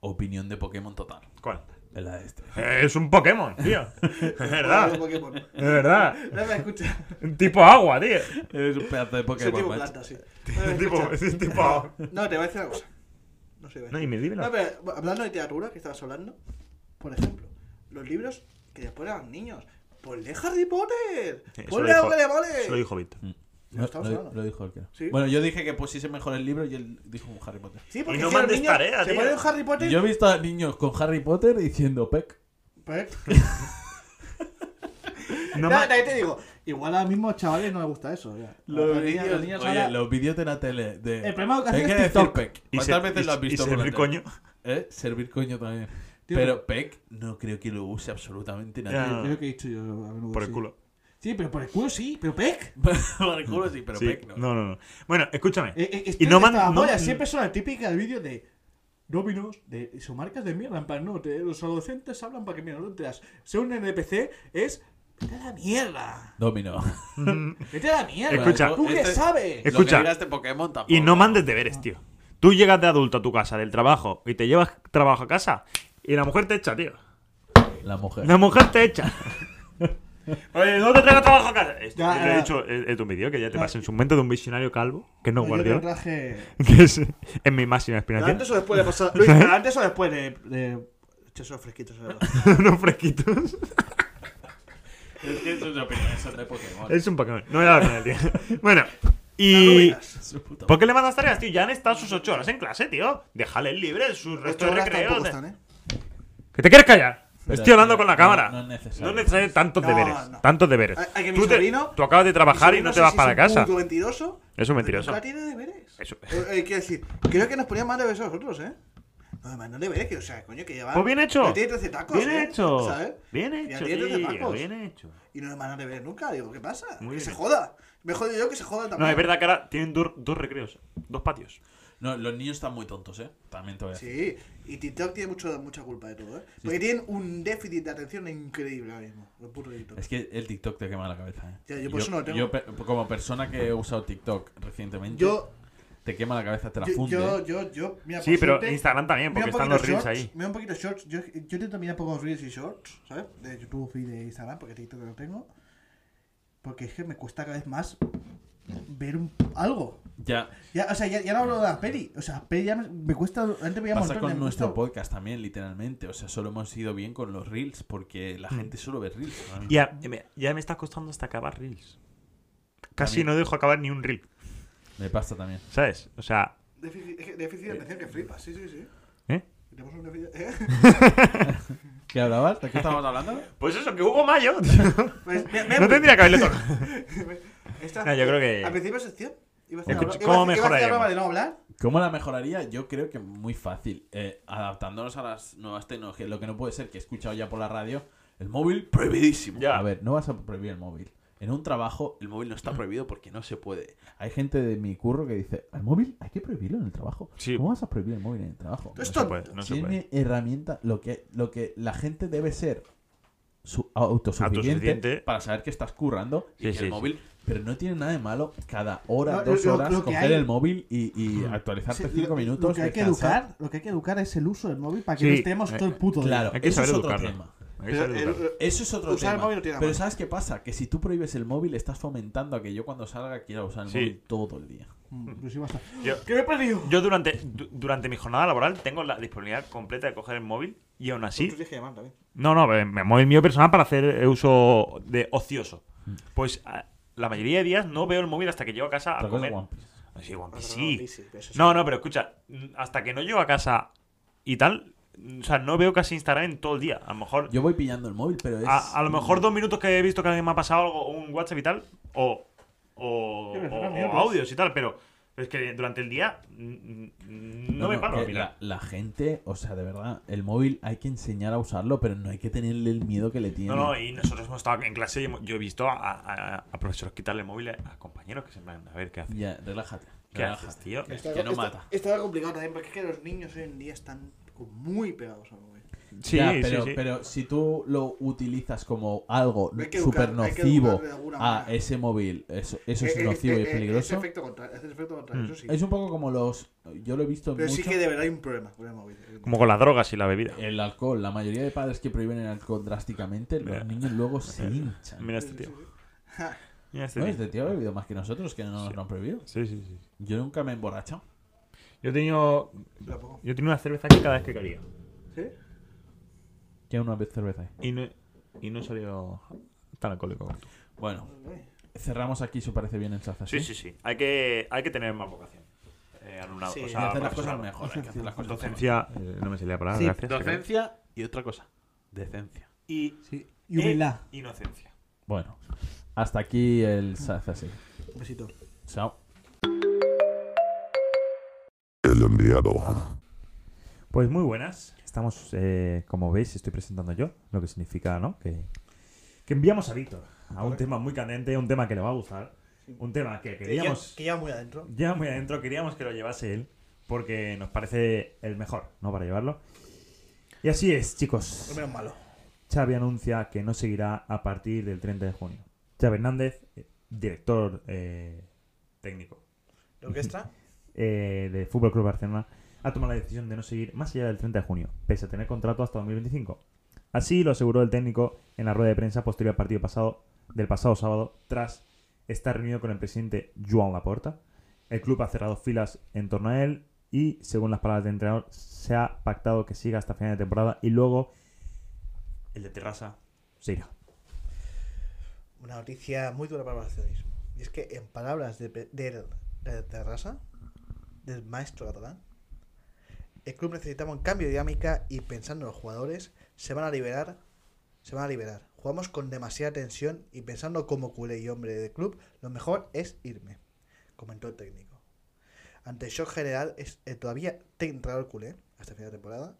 J: Opinión de Pokémon total.
C: ¿Cuál?
A: El de este.
C: Es un Pokémon, tío. Es verdad.
B: Pokémon, Pokémon.
C: Es verdad.
B: No me escuchas.
C: Un tipo agua, tío.
J: Es un pedazo de
B: Soy tipo
J: Pokémon.
B: planta, sí. No me
C: Un pues, tipo,
B: escuchas.
C: es un tipo agua.
B: No, te voy a decir una cosa. No sé.
C: No, y me dime,
B: No, pero hablando de literatura que estabas hablando, por ejemplo, los libros que después eran niños. Ponle Harry Potter. Ponle algo que le vale.
C: Eso lo dijo Víctor.
A: No,
B: estamos
A: lo,
B: hablando.
A: lo dijo el que no.
B: Sí.
A: Bueno, yo dije que pusiese mejor el libro y él dijo un Harry Potter.
B: Sí, porque
C: Y no
B: si los
C: mandes
B: niños
C: tarea,
B: se
C: tío.
B: ponen Harry Potter.
A: Yo he visto a niños con Harry Potter diciendo Peck.
B: Pues-
C: No
B: Ya,
C: ma-
B: también te digo, igual a los mismos chavales no les gusta eso. ya. A las niñas- a las niñas ahora-
A: Oye, los vídeos de la tele. De...
B: El problema de educación
A: Hay que
B: es TikTok.
A: decir Peck.
C: Y
A: ¿Cuántas
C: ser-
A: veces
C: y-
A: lo has visto
C: y
A: por la
C: servir
A: tele?
C: coño.
A: ¿Eh? Servir coño también.
B: Tío,
A: pero Peck no creo que lo use absolutamente nadie.
B: Es lo que he dicho yo a menudo,
C: Por el
B: sí.
C: culo.
B: Sí, pero por el culo sí, pero Peck.
A: Por el culo sí, pero
C: Sí.
A: Peck no.
C: No, no, no. Bueno, escúchame.
B: Eh, eh,
C: Y no
B: estas
C: man- no-
B: bolas siempre son la típica del vídeo de Dominos, de son marcas de mierda. En plan, no, te- los adolescentes hablan para que mira, no te das. Ser un NPC es. Vete a la mierda.
A: Domino.
C: Mm,
B: Vete a la mierda.
C: Escucha,
B: ¿Tú qué
J: este-
B: sabes?
J: Lo
C: Escucha.
J: que
A: este
J: digas de Pokémon tampoco.
C: Y no mandes deberes, tío. Tú llegas de adulto a tu casa, del trabajo, y te llevas trabajo a casa, y la mujer te echa, tío.
A: La mujer.
C: La mujer te echa. Oye, no te traigas trabajo a casa. Esto,
B: Ya,
C: yo lo he
B: ya.
C: dicho en en un vídeo que ya te pasé en su momento de un visionario calvo, que no,
B: No, yo te
C: Guardiola,
B: traje-
C: que es, es mi máxima inspiración.
B: Antes o después de pasar. Luis, pero antes o después de. de... Che, son fresquitos, la verdad.
C: Unos fresquitos.
J: Es que sus opiniones son de Pokémon.
C: Es un Pokémon. No voy a hablar con él, tío. Bueno,
B: No
C: y.
B: veas.
A: Su puta
C: ¿Por qué le mandas tareas, tío? Ya han estado sus 8 horas en clase, tío. Déjale libre su resto
B: Ocho
C: de
B: horas tampoco
C: recreos.
B: están, ¿eh?
C: Que ¡Que te quieres callar! Estoy hablando
A: tío,
C: con la
A: no-
C: cámara.
A: no es necesario.
C: No es necesario tantos
B: No,
C: deberes.
B: no.
C: Tantos deberes.
B: Hay- hay que mi
C: tú, te-
B: sobrino-
C: tú acabas de trabajar y
B: Sobrino,
C: no te
B: sé
C: vas
B: si
C: para
B: es un
C: casa.
B: puto mentiroso.
C: Eso es mentiroso.
B: Nunca tiene deberes.
C: Eso-
B: Eh, eh, quiero decir, creo que nos ponían más deberes a nosotros, ¿eh? No, además, no deberes, que, o sea, coño, que llevan.
L: Pues bien hecho.
B: Ya tiene 13 tacos.
L: Bien
B: ¿eh?
L: hecho.
B: ¿Sabes?
L: Bien
B: Ya
L: hecho,
B: tiene 13
L: tío,
B: tacos.
L: bien hecho.
B: Y no nos mandan deberes nunca. Digo, ¿qué pasa?
L: Muy
B: que se
L: bien.
B: joda. Me jode yo que se joda también.
L: No, es verdad que ahora tienen dos, dos recreos, dos patios.
A: No, los niños están muy tontos, ¿eh? También te voy a decir.
B: Sí, y TikTok tiene mucho, mucha culpa de todo, ¿eh? Porque tienen un déficit de atención increíble ahora mismo. Los putos de TikTok.
A: Es que el TikTok te quema la cabeza, ¿eh?
B: Ya, yo por eso no lo tengo.
A: yo pe- como persona que he usado TikTok recientemente,
B: Yo,
A: te quema la cabeza, te la
B: yo,
A: funde.
B: yo, yo, yo, mira,
L: ¿eh? Sí,
B: por
L: pero
B: suerte,
L: Instagram también, porque
B: pues mira un
L: están
B: poquito
L: los reels ahí.
B: shorts, Mira un poquito shorts. Yo, yo intento mirar pocos reels y shorts, ¿sabes? De YouTube y de Instagram, porque TikTok no tengo. Porque es que me cuesta cada vez más ver un- algo.
A: Ya,
B: Ya, o sea, ya, ya no hablo de la peli. O sea, la peli ya me, me cuesta. Antes veía
A: pasa
B: montones,
A: con
B: me
A: nuestro
B: cuesta-
A: podcast también, literalmente. O sea, solo hemos ido bien con los reels porque
B: Mm.
A: la gente solo ve reels. ahora mismo.
C: Ya, me- ya me está costando hasta acabar reels. Casi no dejo acabar ni un reel.
A: Me pasa también.
C: ¿Sabes? O sea.
B: Déficit, es que déficit de atención que flipas, sí, sí, sí.
C: ¿eh?
B: Tenemos un déficit. ¿eh?
A: ¿Qué hablabas? ¿De qué estábamos hablando?
C: Pues eso, que Hugo Mayo. no
B: Pues, me- me-
C: tendría que haberle tocado.
B: Pues, Esta-
C: No, yo creo que-
B: Al principio de sección. Iba a hacer
C: Escucha,
B: una broma-
C: ¿cómo
B: iba a hacer- iba a hacer
C: mejoraríamos?
B: la broma de no hablar.
A: ¿Cómo la mejoraría? Yo creo que muy fácil. eh, adaptándonos a las nuevas tecnologías. Lo que no puede ser que he escuchado ya por la radio, el móvil prohibidísimo.
C: Ya.
A: A ver, no vas a prohibir el móvil. En un trabajo el móvil no está prohibido porque no se puede. Hay gente de mi curro que dice, ¿el móvil hay que prohibirlo en el trabajo?
C: Sí.
A: ¿Cómo vas a prohibir el móvil en el trabajo?
B: Tú eres
C: No se
B: tonto.
C: puede, no se puede.
A: Tiene herramienta, lo que, lo que la gente debe ser su, autosuficiente,
C: Autosuficiente.
A: para saber que estás currando y
C: Sí,
A: que
C: sí,
A: el móvil... Pero no tiene nada de malo cada hora,
B: No,
A: dos
B: lo- lo-
A: horas,
B: lo que
A: coger
B: hay-
A: el móvil y, y actualizarte
B: Sí,
A: cinco
B: lo-
A: minutos.
B: Lo que, hay que
A: descansar.
B: educar, lo que hay que educar es el uso del móvil para que
C: Sí,
B: no estemos
C: eh,
B: todo el puto día.
A: Claro,
C: Hay que
A: eso es
C: saber
A: otro
C: educarlo.
A: tema.
C: Hay que
B: Pero
C: saber
B: el-
C: educarlo.
A: Eso es otro
B: Usar el
A: tema.
B: móvil no tiene nada
A: Pero
B: malo.
A: ¿sabes qué pasa? Que si tú prohíbes el móvil, estás fomentando a que yo cuando salga quiera usar el
C: Sí.
A: móvil todo el día.
B: Mm, pues sí, basta.
C: Yo-
B: ¿Qué me he perdido?
C: Yo durante, du- durante mi jornada laboral tengo la disponibilidad completa de coger el móvil y aún así.
B: Tú tienes que llamar también.
C: No, no, eh, me me muevo el mío personal para hacer eh, uso de ocioso. Pues a- la mayoría de días no veo el móvil hasta que llego a casa a
A: Otra cosa
C: comer.
A: es One Piece.
C: Sí, One Piece,
B: Ah,
C: sí.
B: no, sí, eso sí.
C: No, no, pero escucha, mm, hasta que no llego a casa y tal, mm, o sea, no veo casi Instagram en todo el día. A lo mejor,
A: Yo voy pillando el móvil, pero es.
C: a, a lo mejor dos minutos que he visto que alguien me ha pasado algo, o un WhatsApp y tal, o, o,
B: Sí, pero
C: o-
B: será
C: o
B: mierdas.
C: audios y tal, pero es que durante el día mm, mm, no, me paro a
A: que
C: mirar.
A: la, la gente, o sea, de verdad, el móvil hay que enseñar a usarlo, pero no hay que tenerle el miedo que le tienen.
C: No, no, y nosotros hemos estado en clase y hemos- yo he visto a, a- a- a profesores quitarle el móvil a, a compañeros que se van a ver qué hace.
A: Ya, relájate.
C: ¿Qué
A: relájate.
C: haces, tío?
A: Que,
B: Está-
A: que no
B: está-
A: mata.
B: Está complicado también porque es que los niños hoy en día están como muy pegados al móvil.
C: Sí,
A: Ya,
C: sí,
A: pero,
C: sí.
A: pero si tú lo utilizas como algo
B: Hay que educar-
A: súper
B: hay que
A: nocivo
B: educar de alguna
A: a
B: manera.
A: ese móvil, eso, eso es
B: Eh, eh,
A: nocivo y
B: eh, eh, Es
A: peligroso. Mm.
B: efecto contrario, es efecto contrario, eso sí.
A: Es un poco como los. Yo lo he visto en
B: Pero
A: mucho.
B: sí que de verdad hay un problema con el móvil.
C: Como con las drogas y la bebida.
A: El alcohol, la mayoría de padres que prohíben el alcohol drásticamente, los niños luego se hinchan.
C: Mira este tío.
B: Ja,
C: Mira este
A: ¿No?
C: tío.
A: Este tío ha bebido más que nosotros, que no nos lo han prohibido.
C: Sí, sí, sí.
A: Yo nunca me he emborrachado.
C: Yo he tenido,
B: se la pongo.
C: yo he tenido una cerveza aquí cada vez que quería.
B: ¿Sí?
A: Que una vez cerveza ahí.
C: Y no, y no he salido tan alcohólico como tú.
A: Bueno, cerramos aquí, si os parece bien el Sazas.
C: Sí, sí, sí. Hay que, hay que tener más vocación. Eh, alumnado.
B: Sí.
C: o
A: Hay
C: sea,
A: que hacer las
C: profesorado.
A: cosas mejor. Hay que hacer las cosas mejor.
C: Docencia. eh, no me salía la palabra, gracias.
A: Docencia y otra cosa. Decencia.
C: Y,
B: Y humildad.
C: e inocencia.
A: Bueno, hasta aquí el Sazas.
B: Un besito.
A: Chao.
E: El enviado.
L: Pues muy buenas. Estamos, eh, como veis, estoy presentando yo, lo que significa, ¿no? Que, que enviamos a Víctor a un tema muy candente, un tema que le va a gustar, un tema
A: Eh,
L: que
B: Que ya,
L: queríamos
B: que ya muy adentro.
L: ya muy adentro, queríamos que lo llevase él, porque nos parece el mejor, ¿no? Para llevarlo. Y así es,
B: Lo
L: chicos.
B: menos malo.
L: Xavi anuncia que no seguirá a partir del 30 de junio. Xavi Hernández, eh, director eh, técnico
B: ¿La orquesta?
L: eh, de Fútbol Club Barcelona ha tomado la decisión de no seguir más allá del 30 de junio, pese a tener contrato hasta 2025. Así lo aseguró el técnico en la rueda de prensa posterior al partido pasado del pasado sábado, tras estar reunido con el presidente Joan Laporta. El club ha cerrado filas en torno a él y, según las palabras del entrenador, se ha pactado que siga hasta final de temporada y luego el de Terrassa se irá.
B: una noticia muy dura para el barcelonismo. Y es que, en palabras de, Pe- del- de Terrassa, del maestro catalán, El club necesitaba un cambio de dinámica y pensando en los jugadores, se van a liberar. Se van a liberar. Jugamos con demasiada tensión y pensando como culé y hombre de club, lo mejor es irme, comentó el técnico. Ante el shock general, es, el todavía entrenador culé, hasta el final de temporada,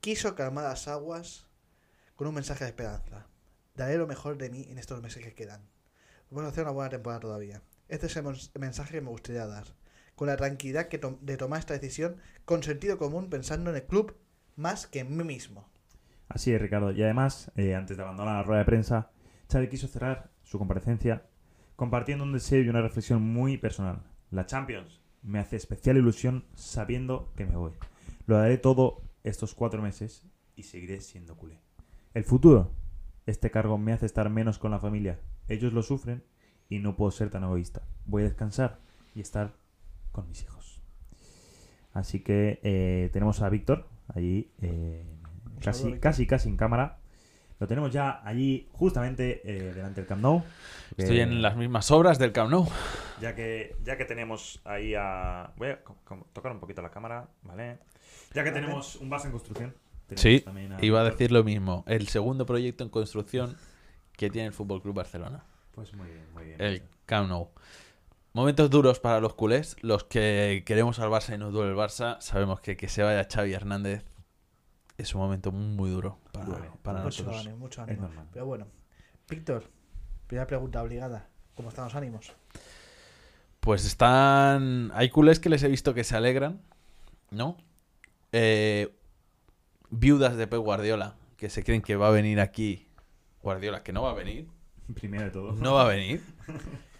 B: quiso calmar las aguas con un mensaje de esperanza. Daré lo mejor de mí en estos meses que quedan. Vamos a hacer una buena temporada todavía. Este es el mons- mensaje que me gustaría dar. Con la tranquilidad que tom- de tomar esta decisión, con sentido común, pensando en el club más que en mí mismo.
C: Así es, Ricardo. Y además, eh, antes de abandonar la rueda de prensa, Xavi quiso cerrar su comparecencia compartiendo un deseo y una reflexión muy personal. La Champions me hace especial ilusión sabiendo que me voy. Lo daré todo estos cuatro meses y seguiré siendo culé. El futuro. Este cargo me hace estar menos con la familia. Ellos lo sufren y no puedo ser tan egoísta. Voy a descansar y estar con mis hijos. Así que eh, tenemos a Víctor allí eh,
B: Un saludo,
C: casi,
B: Víctor.
C: casi, casi en cámara. Lo tenemos ya allí justamente eh, delante del Camp Nou.
D: Estoy
C: Eh,
D: en las mismas obras del Camp Nou.
C: ya que, ya que tenemos ahí a. Voy a co- co- tocar un poquito la cámara, ¿vale? Ya que tenemos un base en construcción. tenemos
D: Sí,
C: también
D: Iba a decir lo mismo. El segundo proyecto en construcción que tiene el Fútbol Club Barcelona.
C: Pues muy bien, muy bien.
D: El Camp Nou. Momentos duros para los culés. Los que queremos al Barça y nos duele el Barça, sabemos que que se vaya Xavi Hernández es un momento muy duro para,
C: Duele.
D: para
B: mucho
D: nosotros.
B: ánimo, mucho
C: Es
B: ánimo.
C: normal.
B: Pero bueno, Víctor, primera pregunta obligada. ¿Cómo están los ánimos?
D: Pues están. Hay culés que les he visto que se alegran, ¿no? Eh, viudas de Pep Guardiola que se creen que va a venir aquí. Guardiola, que no va a venir.
C: Primero de todo.
D: No va a venir.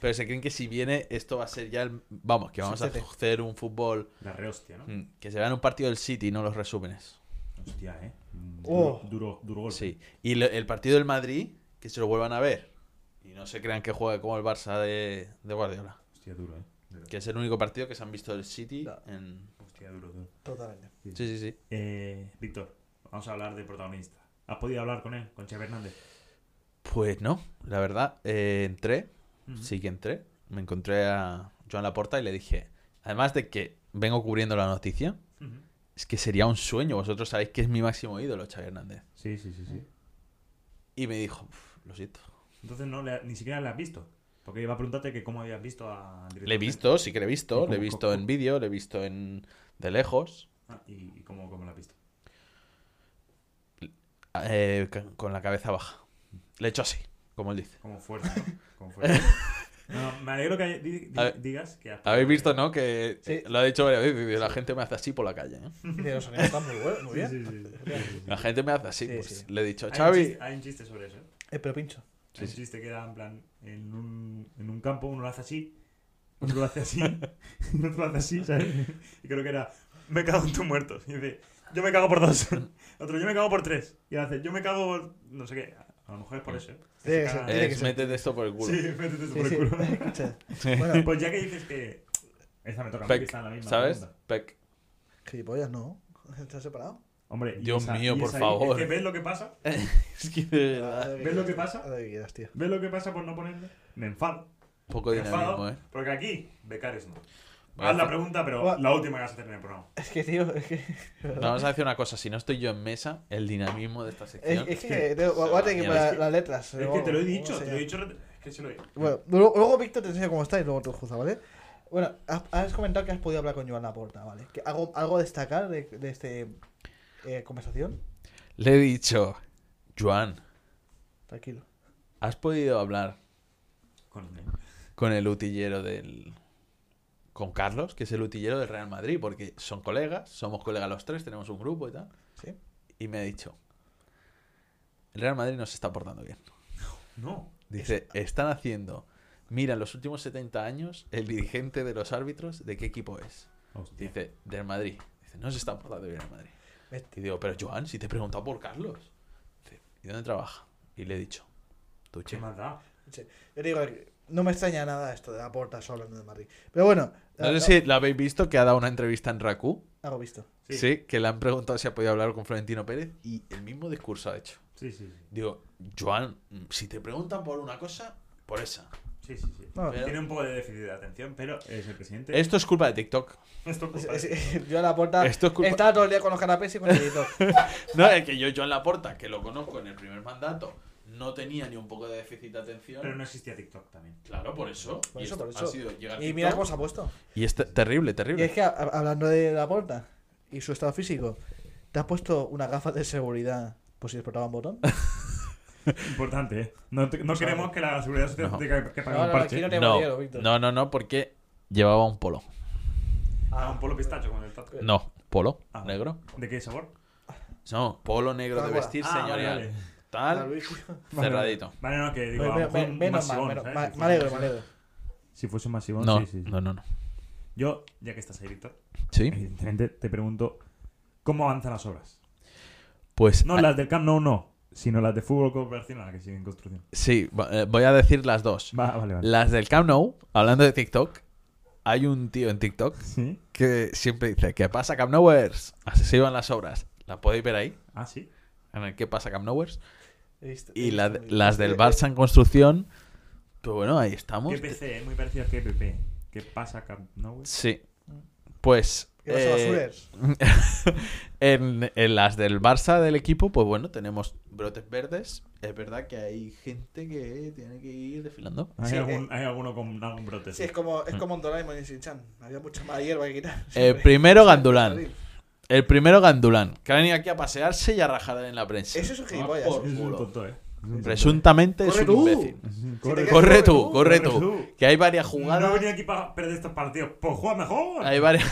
D: Pero se creen que si viene, esto va a ser ya el. Vamos, que vamos a
B: Sextete.
D: hacer un fútbol.
C: La rehostia, ¿no?
D: mm, Que se vean un partido del City, no los resúmenes.
C: Hostia, ¿eh? Mm,
B: Oh.
C: Duro, duro, duro golpe.
D: Sí. Y lo- el partido del Madrid, que se lo vuelvan a ver. Y no se crean que juegue como el Barça de, de Guardiola.
C: Hostia, duro, ¿eh? Duro.
D: Que es el único partido que se han visto del City
B: Ya.
D: en.
C: Hostia, duro, duro.
B: Totalmente.
D: Sí, sí, sí.
C: Eh, Víctor, vamos a hablar de protagonista. ¿Has podido hablar con él, con Xavi Hernández?
D: Pues no, la verdad. eh, entré,
C: Ujú.
D: sí que entré. Me encontré a Joan Laporta y le dije. Además de que vengo cubriendo la noticia,
C: Ujú.
D: es que sería un sueño. Vosotros sabéis que es mi máximo ídolo, Xavi Hernández.
C: Sí, sí, sí, sí.
D: Y me dijo, "Uf, lo siento.
C: Entonces no, le ha- ni siquiera le has visto. Porque iba a preguntarte que cómo habías visto a...
D: Le he visto, sí que le he
C: ¿Y
D: visto.
C: cómo-
D: Le he visto
C: cómo-
D: en vídeo, le he visto en de lejos,
C: Ah, ¿Y, y cómo, cómo lo has visto?
D: eh, ca- con la cabeza baja. Le he hecho así, como él dice.
C: Como fuerza, ¿no? Como fuerza. No, me alegro que hay- di- di-
D: A ver.
C: digas que... has-
D: Habéis visto, ¿no? Que
B: Sí.
D: lo ha dicho varias veces. dice, La gente me hace así por la calle. ¿eh?
B: Dice, Los ánimos están muy buenos, muy
C: Sí,
B: bien.
C: sí, sí, sí.
D: La gente me hace así.
B: Sí,
D: pues
B: sí.
D: le he dicho,
C: Hay un,
D: Xavi.
C: chiste, hay un chiste sobre eso. ¿eh?
B: Eh, pero pincho.
C: Hay un chiste que era en plan, en un, en un campo uno lo hace así, otro lo hace así, y otro lo hace así, ¿sabes? Y creo que era, me cago en tus muertos. Y dice, yo me cago por dos. Otro, yo me cago por tres. Y hace, yo me cago por... no sé qué. A lo mejor es por eso. ¿eh?
B: Sí, sí,
C: caga-
B: tiene que
D: Es,
B: ser.
D: métete esto por el culo.
C: Sí, métete eso
B: Sí,
C: por
B: sí.
C: el culo.
B: Escucha. Bueno,
C: Pues ya que dices que... Esta me toca, a mí, que
D: Peck,
C: está en la misma
D: ¿sabes?
C: pregunta.
D: Peck.
B: gilipollas, no. ¿Estás separado?
C: Hombre, y
D: Dios
C: esa-
D: mío,
C: y
D: por
C: esa-
D: favor.
C: es que ¿Ves lo que pasa?
D: Es que de verdad,
C: ¿Ves lo que pasa?
B: Haz Eh, lo que quieras, tío.
C: ¿Ves lo que pasa por no ponerle? Me enfado.
D: poco
C: Me enfado.
D: dinamismo, ¿eh?
C: Porque aquí, becarios no.
D: Vale.
C: Haz la pregunta, pero
B: Buah.
C: la última que vas a hacer en el programa.
B: Es que, tío, es que.
D: Vamos a decir una cosa. Si no estoy yo en mesa, el dinamismo de esta
B: Es,
D: sección.
B: es que tengo- voy a tener que
D: Mierda,
B: poner
D: es
B: las letras.
C: Es que te lo he dicho, te lo he dicho. rete- Es que se lo he
B: Bueno, luego, luego Víctor te enseña cómo está y luego tú juzgas, ¿vale? Bueno, has, has comentado que has podido hablar con Joan Laporta, ¿vale? Que ¿Algo, algo a destacar de, de esta conversación?
D: Le he dicho, Joan,
B: Tranquilo.
D: ¿has podido hablar
C: Con
D: con el utillero del. con Carlos, que es el utillero del Real Madrid, porque son colegas, somos colegas los tres, tenemos un grupo y tal.
B: ¿Sí?
D: Y me ha dicho: El Real Madrid no se está portando bien.
C: No.
D: Dice: Están haciendo. Mira, en los últimos 70 años, el dirigente de los árbitros, ¿de qué equipo es?
C: Hostia.
D: Dice: Del Madrid. Dice: No se está portando bien el Madrid.
B: Este-
D: Y digo: Pero Joan, si te he preguntado por Carlos. Dice: ¿Y dónde trabaja? Y le he dicho:
C: ¿Qué
D: Tuche.
C: más da?
B: sí. Yo te digo, que no me extraña nada esto de Laporta solo hablando de Madrid. Pero bueno,
D: No sé
B: ah,
D: si la habéis visto que ha dado una entrevista en Raku.
B: algo visto.
D: Sí.
C: Sí.
D: que le han preguntado si ha podido hablar con Florentino Pérez y el mismo discurso ha hecho.
C: Sí, sí, sí.
D: Digo, Joan, si te preguntan por una cosa, por esa.
C: Sí, sí, sí.
B: No,
D: Pero-
C: Tiene un poco de déficit de atención, pero es el presidente.
D: Esto es culpa de TikTok.
C: Esto culpa
B: es-
C: de-
B: es- yo a la puerta
D: Esto es culpa-
B: estaba todo el día con los canapés y con el editor.
D: No, es que yo, Joan Laporta, que lo conozco en el primer mandato, no tenía ni un poco de déficit de atención.
C: Pero no existía TikTok también.
D: Claro, por eso.
B: Por
D: y
B: eso,
D: esto
B: por
D: ha
B: eso.
D: sido llegar
B: y
D: TikTok.
B: mira cómo se ha puesto.
D: Y es te- terrible, terrible.
B: Y es que a- a- hablando de la puerta y su estado físico, ¿te has puesto unas gafas de seguridad por si explotaba un botón?
C: Importante, ¿eh? No, te- no queremos que la seguridad social
D: No.
C: tenga que pagar
B: No,
C: un
B: no,
C: parche.
B: aquí no te-
D: No,
B: Caballero, Víctor.
D: no, no, no, porque llevaba un polo.
C: Ah, un polo pistacho con el tatu.
D: No, polo
C: Ah.
D: negro.
C: ¿De qué sabor?
D: No, polo negro de
B: Coca-Cola.
D: vestir,
C: Ah, vale,
D: señorial.
C: vale.
D: Tal, cerradito.
C: Vale, no, que digo,
B: Me-
C: a lo
B: me-
C: mejor
B: me-
C: un ¿eh?
B: Menos mal,
C: masivón,
B: menos-
C: ¿sabes?
B: ma-
C: Si
B: me alegro, me
C: fuese-
B: alegro.
C: Si fuese un masivón,
D: No,
C: sí, sí, sí.
D: no, no, no.
C: Yo, ya que estás ahí, Víctor,
D: Sí,
C: evidentemente te pregunto cómo avanzan las obras.
D: pues
C: No
D: ah,
C: las del Camp Nou, no, sino las de fútbol convencional que siguen en construcción.
D: sí, va- eh, voy a decir las dos.
C: Va, vale, vale.
D: Las del Camp Nou, hablando de TikTok, hay un tío en TikTok
C: ¿Sí?
D: que siempre dice, ¿qué pasa Camp Nowers? Así se iban las obras. La podéis ver ahí,
C: Ah, sí.
D: en el ¿qué pasa Camp Nowers?
B: He visto- he
D: Y la-
B: visto-
D: las
B: eh,
D: del
B: eh,
D: Barça en construcción, pues bueno, ahí estamos.
C: GPC, es eh? muy parecido a GPP. ¿Qué pasa, Camp Nou?
D: Sí, pues...
B: ¿Qué pasa,
D: eh,
B: basurers?
D: en, en las del Barça del equipo, pues bueno, tenemos brotes verdes. Es verdad que hay gente que tiene que ir desfilando.
C: ¿Hay,
B: Sí,
C: algún- hay alguno con algún brote?
B: Sí, es como, es como en Doraemon y Shin-Chan. Había mucha más hierba que quitar.
D: El
B: siempre.
D: Eh, primero Gandulán.
B: Carril.
D: El primero Gandulán. Que ha venido aquí a pasearse y a rajar en la prensa.
B: Eso es un
D: Ah,
B: gilipollas.
D: por
C: Es un
D: culo.
C: tonto, ¿eh? Es un
D: Presuntamente es
B: Corre
D: un
B: tú.
D: imbécil.
C: tonto.
B: Si te
C: Corre.
B: quedas-
D: Corre tú, corre
C: Corre
D: tú.
C: tú.
D: Que hay varias
C: No
D: jugadas.
C: venía aquí para perder estos partidos. Pues juega mejor.
D: Hay varias,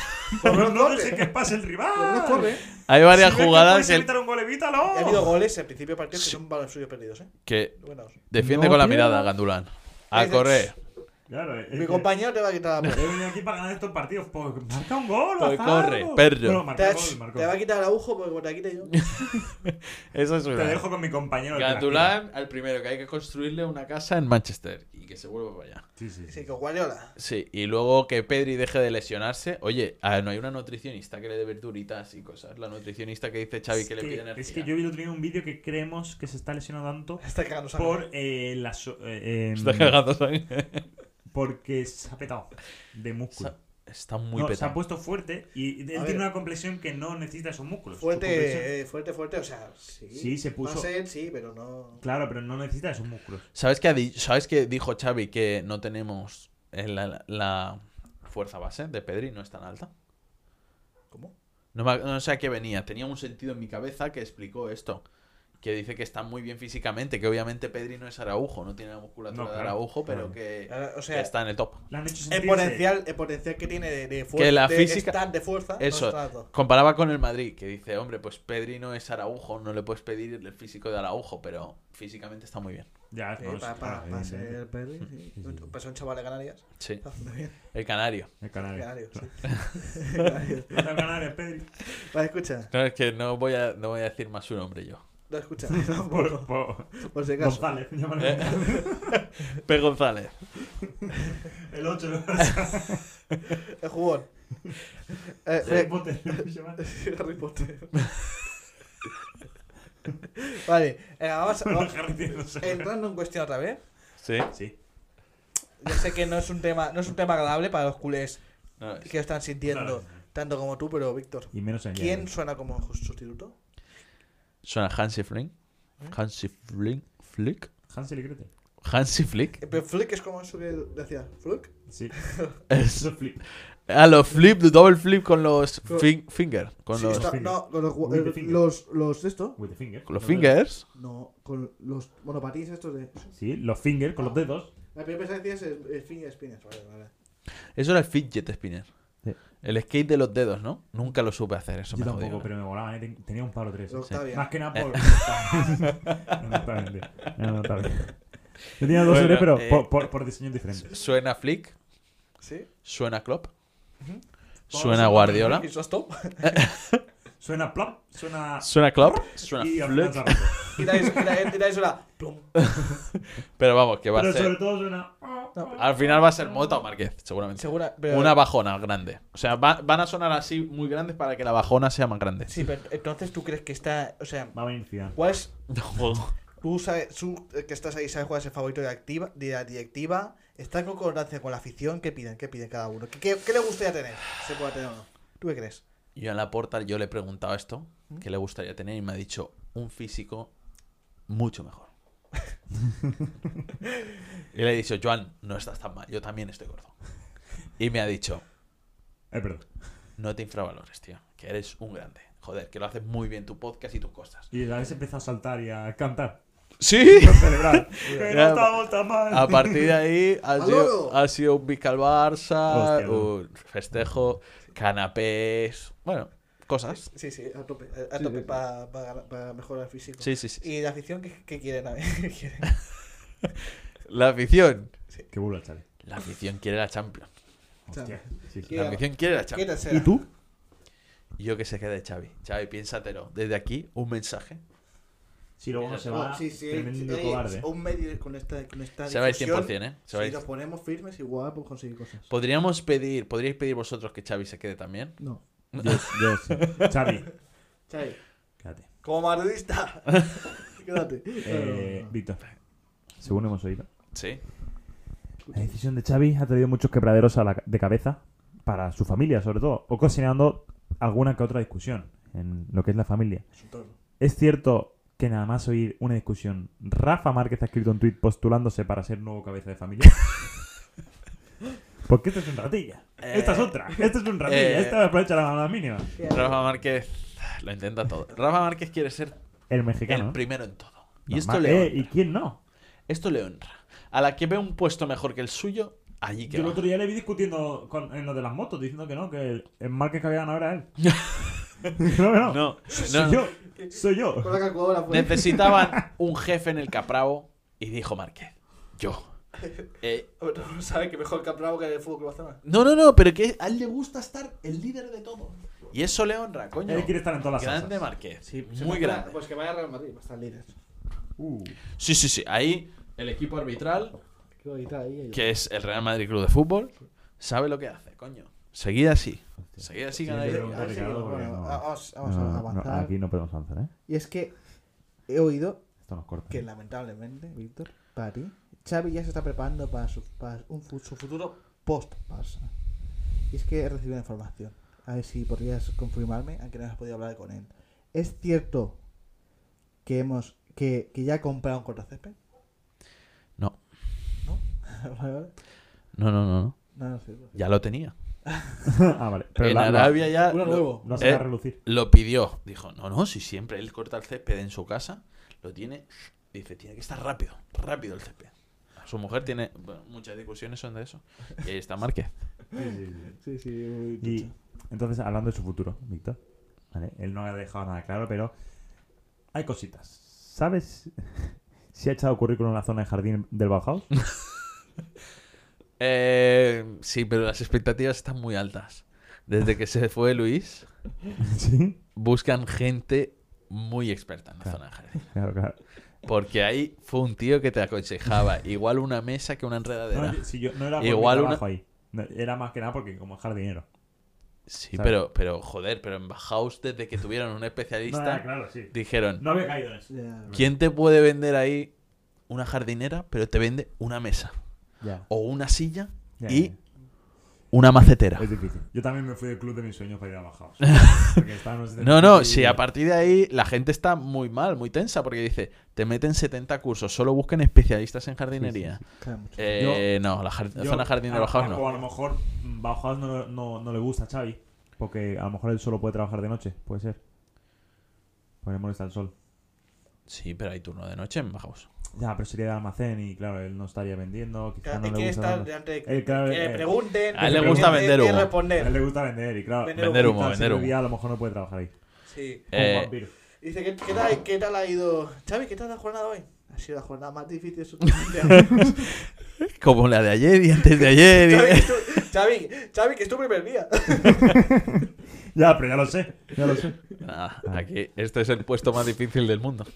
C: Por lo menos no sé qué pasa el rival.
B: corre.
D: hay varias
C: Si ves que
D: jugadas
C: puedes
D: que,
C: evitar un gol,
B: Ha habido
C: evítalo.
B: goles al principio del partido que son balones suyos perdidos, ¿eh?
D: que
B: Buenos.
D: defiende
C: No,
D: con la
C: tío.
D: mirada Gandulán. A
B: Es-
D: correr.
C: Claro, es
B: Mi
C: que-
B: compañero te va a quitar la
C: He venido aquí para ganar estos partidos. Pues marca un gol.
D: Pues
C: haz
D: corre,
C: algo.
D: perro.
C: Bueno,
B: Te,
C: marca un gol, marcó.
B: te va a quitar el agujo porque cuando te la quite yo.
D: Eso es
C: Te
D: una.
C: dejo con mi compañero. el que la
D: Gandulán al primero, que hay que construirle una casa en Manchester y que se vuelva para allá.
C: tira. Sí, sí, sí.
B: Sí, con Guardiola.
D: Sí, y luego que Pedri deje de lesionarse. Oye, ah, no hay una nutricionista que le dé verduritas y cosas. La nutricionista que dice Xavi
C: Es
D: que le pide energía.
C: Es que yo vi el otro día un vídeo que creemos que se está lesionando tanto
B: Está cagando sangre.
C: por eh, la so- eh, em,
D: Está cagando sangre.
C: Porque se ha petado de músculo.
D: Sa- Está muy
C: No, se ha
D: petado.
C: puesto fuerte y él
B: A ver.
C: tiene una complexión que no necesita esos músculos. Su complexión-
B: Fuerte, eh, fuerte, fuerte. O sea, sí.
C: Sí, se puso-
B: Más él, sí, pero no.
C: Claro, pero no necesita esos músculos.
D: ¿Sabes qué, ha di- ¿Sabes qué dijo Xavi que no tenemos eh, la, la fuerza base de Pedri? No es tan alta.
B: ¿Cómo?
D: No, me ac- no sé a qué venía. Tenía un sentido en mi cabeza que explicó esto. Que dice que está muy bien físicamente, que obviamente Pedri no es Araujo, no tiene la musculatura
C: No,
D: de
C: claro, Eh,
D: Araujo, pero
C: claro.
D: que,
B: Ahora, O
D: que
B: sea,
D: está en el top.
C: Le han hecho sentirse-
B: el potencial, el potencial que tiene de, de fuerza.
D: Que la
B: de
D: física-
B: stand de fuerza.
D: Eso,
B: No está alto.
D: comparaba con el Madrid, que dice, hombre, pues Pedri no es Araujo, no le puedes pedir el físico de Araujo, pero físicamente está muy bien.
C: Ya,
B: Sí,
C: Ah, no,
B: para,
C: sí,
B: para-
C: claro,
B: para
C: eh,
B: ser el Pedri, sí. Un- Pues un chaval de Canarias.
D: Sí.
B: Está haciendo bien.
D: El canario.
C: El canario.
B: Canarios, sí. Canarios.
C: Vete al canario, Pedri.
B: Vale, escucha.
D: No, es que no voy a, no voy a decir más su nombre yo.
B: No, escucha.
C: Por,
B: Tampoco. Eh.
C: por-
B: Por si acaso.
C: González, llámale González.
D: P. González.
C: El 8.
B: El jugón. Eh,
C: El
B: oye,
C: bote. llámale.
B: Harry Potter. vale, eh, vamos, a- vamos
C: Harry tiene dos.
B: entrando en cuestión otra vez.
D: Sí.
C: Sí.
B: Yo sé que no es un tema, no es un tema agradable para los culés
D: No, es-
B: que lo están sintiendo tanto como tú, pero Víctor,
C: Y menos en
B: ¿quién suena como ju- sustituto?
D: Suena Hansi Flick. Hansi Flick. Flick.
C: Hansel y Gretel.
D: Hansi Flick.
B: Eh, Pero Flick es como eso que decía, Flick.
C: Sí.
D: Es-
C: Eso flip.
D: a los flip, double flip con los fin- finger. Con
B: Sí,
D: los,
B: está-
C: fingers.
B: no, con los, gu-
C: With the
B: eh,
C: finger.
B: los, los esto.
C: With the finger.
D: con los fingers.
B: No, con los monopatines estos de.
C: Sí, los finger con los dedos.
B: La primera vez que decías es eh, finger spinners, vale, vale.
D: Eso era el fidget spinner.
C: Sí.
D: El skate de los dedos, ¿no? Nunca lo supe hacer, eso
C: Yo
D: me
C: tampoco,
D: jodió.
C: pero me volaba, eh, ten- tenía un palo 3.
B: Lo Octavia.
D: Ah.
C: Más que nada por. Exactamente. Exactamente. Yo tenía dos
D: Bueno,
C: series, pero
D: eh,
C: por, por, por diseños diferentes.
D: Suena Flick.
B: ¿Sí?
D: Suena Klopp.
C: Todos
D: Suena
C: son
D: Guardiola.
B: ¿Y eso es top?
C: Suena plop, suena.
D: Suena Klopp. Suena
C: Y al final
D: Flick.
C: se arranca.
B: Y dais, y dais- y dais una. Plum.
D: Pero vamos, que va
C: Pero
D: a
C: sobre
D: ser.
C: todo suena.
D: Al final va a ser Mota o Márquez, seguramente.
B: Segura, pero-
D: Una bajona grande. O sea, va- van a sonar así muy grandes para que la bajona sea más grande.
B: Sí, pero entonces tú crees que está. O sea,
C: Va a venir Zidane.
B: ¿cuál es,
D: No,
B: Tú, sabes, tú, eh, que estás ahí, sabes cuál es el favorito de, activa, de la directiva. Está en concordancia con la afición. ¿Qué piden? ¿Qué piden cada uno? ¿Qué, qué, qué le gustaría tener? ¿Se puede tener o no? ¿Tú qué crees?
D: Yo a la porta yo le he preguntado esto, que le gustaría tener, y me ha dicho un físico mucho mejor. y le he dicho, Joan, no estás tan mal, yo también estoy gordo. Y me ha dicho,
C: Eh, perdón.
D: no te infravalores, tío, que eres un grande. Joder, que lo haces muy bien tu podcast y tus cosas.
C: Y la vez empezó a saltar y a cantar.
D: ¡Sí!
C: A celebrar. que no estamos tan mal.
D: A partir de ahí ha
B: ¡Al
D: sido,
B: loro!
D: ha sido un pica al Barça,
C: Hostia, no.
D: un festejo, canapés, bueno, cosas.
B: Sí, sí, a tope. A, a tope para mejorar el físico.
D: Sí, sí, sí.
B: ¿Y la afición qué, qué quieren? A ver, ¿qué quieren?
D: La afición.
C: Que vuelva a Chale.
D: La afición quiere la Champions.
C: Hostia. Sí, sí.
B: ¿Qué?
D: La afición quiere la Champions.
B: ¿Quién será?
C: ¿Y tú?
D: Yo que se quede Xavi. Xavi, piénsatelo. Desde aquí, un mensaje.
C: Si luego no se
B: No,
C: va,
B: sí, sí,
C: tremendo
B: eh,
C: cobarde.
B: Un medio con esta, con esta
D: Se va a ir
B: difusión,
D: 100%, ¿eh? Se va a
B: si
D: ir- Pues-
B: nos ponemos firmes, igual podemos conseguir cosas.
D: Podríamos pedir, podríais pedir vosotros que Xavi se quede también.
B: No.
C: Dios, Dios. Xavi,
B: Chai,
C: quédate.
B: como madridista. Quédate.
C: Eh, Víctor, según hemos oído,
D: Sí.
C: la decisión de Xavi ha traído muchos quebraderos a la ca- de cabeza para su familia, sobre todo, o cocinando alguna que otra discusión en lo que es la familia. Es cierto que nada más oír una discusión, Rafa Márquez ha escrito un tuit postulándose para ser nuevo cabeza de familia. Porque esto es un ratilla. Esta es otra. Esto es un ratilla.
D: eh,
C: Esta aprovecha la, la mínima.
D: Rafa Márquez lo intenta todo. Rafa Márquez quiere ser
C: El
D: el
C: mexicano. ¿eh?
D: primero en todo. Y esto
C: Normal.
D: le
C: Eh, ¿Y
D: honra.
C: quién no?
D: Esto le honra. A la que ve un puesto mejor que el suyo, allí que
C: Yo el
D: va.
C: otro día le vi discutiendo con, en lo de las motos, diciendo que no, que el, el Márquez que había ganado era él. no, no, no.
D: No,
C: Soy
D: no, no.
C: yo. Soy yo.
B: Con la calculadora, pues.
D: Necesitaban un jefe en el Capravo y dijo Márquez, yo. Eh,
B: No sabe que mejor Capravo que el fútbol que Barcelona.
D: no, no, no, pero que a él le gusta estar el líder de todo. Y eso le honra, coño.
C: Él quiere estar en todas las
D: Grande
C: salsas.
D: Márquez.
B: Se
D: muy
B: me ocurre-
D: grande.
B: Pues que vaya a Real Madrid, va a estar líder.
C: Uh,
D: Sí, sí, sí. Ahí el equipo arbitral,
B: Qué bonita ahí.
D: que es el Real Madrid Club de Fútbol, sabe lo que hace, coño. Seguid así. Seguid así, ganaréis.
C: pero-
B: Ahora sí que-
C: Ricardo,
B: bueno,
C: no.
B: Vamos Ah, vamos
C: no,
B: a
C: no,
B: avanzar.
C: aquí no podemos avanzar, ¿eh?
B: Y es que he oído
C: Esto nos corta.
B: que lamentablemente, Víctor, para ti, Xavi ya se está preparando para su, para un fu- su futuro post-Barça. Y es que he recibido una información. A ver si podrías confirmarme, aunque no has podido hablar con él. ¿Es cierto que hemos que, que ya compraron contra césped?
D: No,
B: Vale, vale.
D: no, no, no. no.
B: No, pues. no es cierto.
D: Ya lo tenía.
C: ah, vale. Pero
D: en
C: la- la-
D: Arabia ya.
B: Uno
D: lo-
B: nuevo.
C: Ah, No se va a
D: Eh,
C: relucir.
D: lo pidió. Dijo, no, no, si siempre él corta el césped en su casa, lo tiene. Dice, tiene que estar rápido, rápido el césped. Su mujer tiene. bueno, muchas discusiones son de eso. Y ahí está Márquez.
B: Sí, sí, muy
C: Y
B: tocho.
C: entonces, hablando de su futuro, Víctor, ¿vale? él no ha dejado nada claro, pero hay cositas. ¿Sabes si ha echado currículum en la zona de jardín del Bauhaus?
D: Eh, sí, pero las expectativas están muy altas. Desde que se fue Luis,
C: sí,
D: buscan gente muy experta en la
C: Claro.
D: zona de jardín.
C: claro, claro.
D: Porque ahí fue un tío que te aconsejaba. Igual una mesa que una
C: No,
D: enredadera.
C: yo- si yo, no era por
D: Igual
C: mi
D: una-
C: trabajo ahí. No, Era más que nada porque como es jardinero.
D: Sí,
C: Claro.
D: pero, pero joder, pero en Bauhaus, desde que tuvieron un
C: No,
D: especialista,
C: era claro, sí.
D: dijeron:
C: No había caído en eso.
B: Ya.
D: ¿Quién te puede vender ahí una jardinera, pero te vende una mesa?
C: Ya.
D: O una silla
C: Ya,
D: y
C: ya.
D: una macetera.
C: Es difícil. Yo también me fui del club de mis sueños para ir a Bauhaus.
D: No, no, si a partir de ahí la gente está muy mal, muy tensa, porque dice, te meten 70 cursos, solo busquen especialistas en jardinería.
B: Claro, mucho.
D: Eh, no, la jar-
C: Yo-
D: zona jardín de
C: a-
D: Bauhaus
C: a-
D: no.
C: O a lo mejor mm, Bauhaus no, no, no le gusta a Xavi. Porque a lo mejor él solo puede trabajar de noche, puede ser. Porque le molesta el sol.
D: Sí, pero hay turno de noche en Bauhaus.
C: Ya, pero sería de almacén y claro, él no estaría vendiendo.
B: Claro,
C: Quizás no
B: él
C: le
B: quiere
C: gusta.
B: estar
C: tanto.
B: delante de
C: Él, claro,
B: que le
C: él-
B: pregunten.
D: A
C: eh. él le gusta
B: que-
D: vender
B: que
D: humo.
C: a él
B: responder.
C: le gusta vender y claro.
B: Vender
D: Vender
C: quizás
D: humo,
C: ese
D: vender humo.
C: día a lo mejor no puede trabajar ahí.
B: Sí.
C: Como
D: Eh,
C: vampiro.
B: Dice, ¿qué, qué, tal, ¿qué tal ha ido? Xavi, ¿qué tal la jornada hoy? Ha sido la jornada más difícil de su vida.
D: Como la de ayer y antes de ayer.
B: Xavi, que
D: y-
B: es tu- Xavi, Xavi, que es tu primer día.
C: Ya, pero ya lo sé. Ya lo sé.
D: Nada, aquí, este es el puesto más difícil del mundo.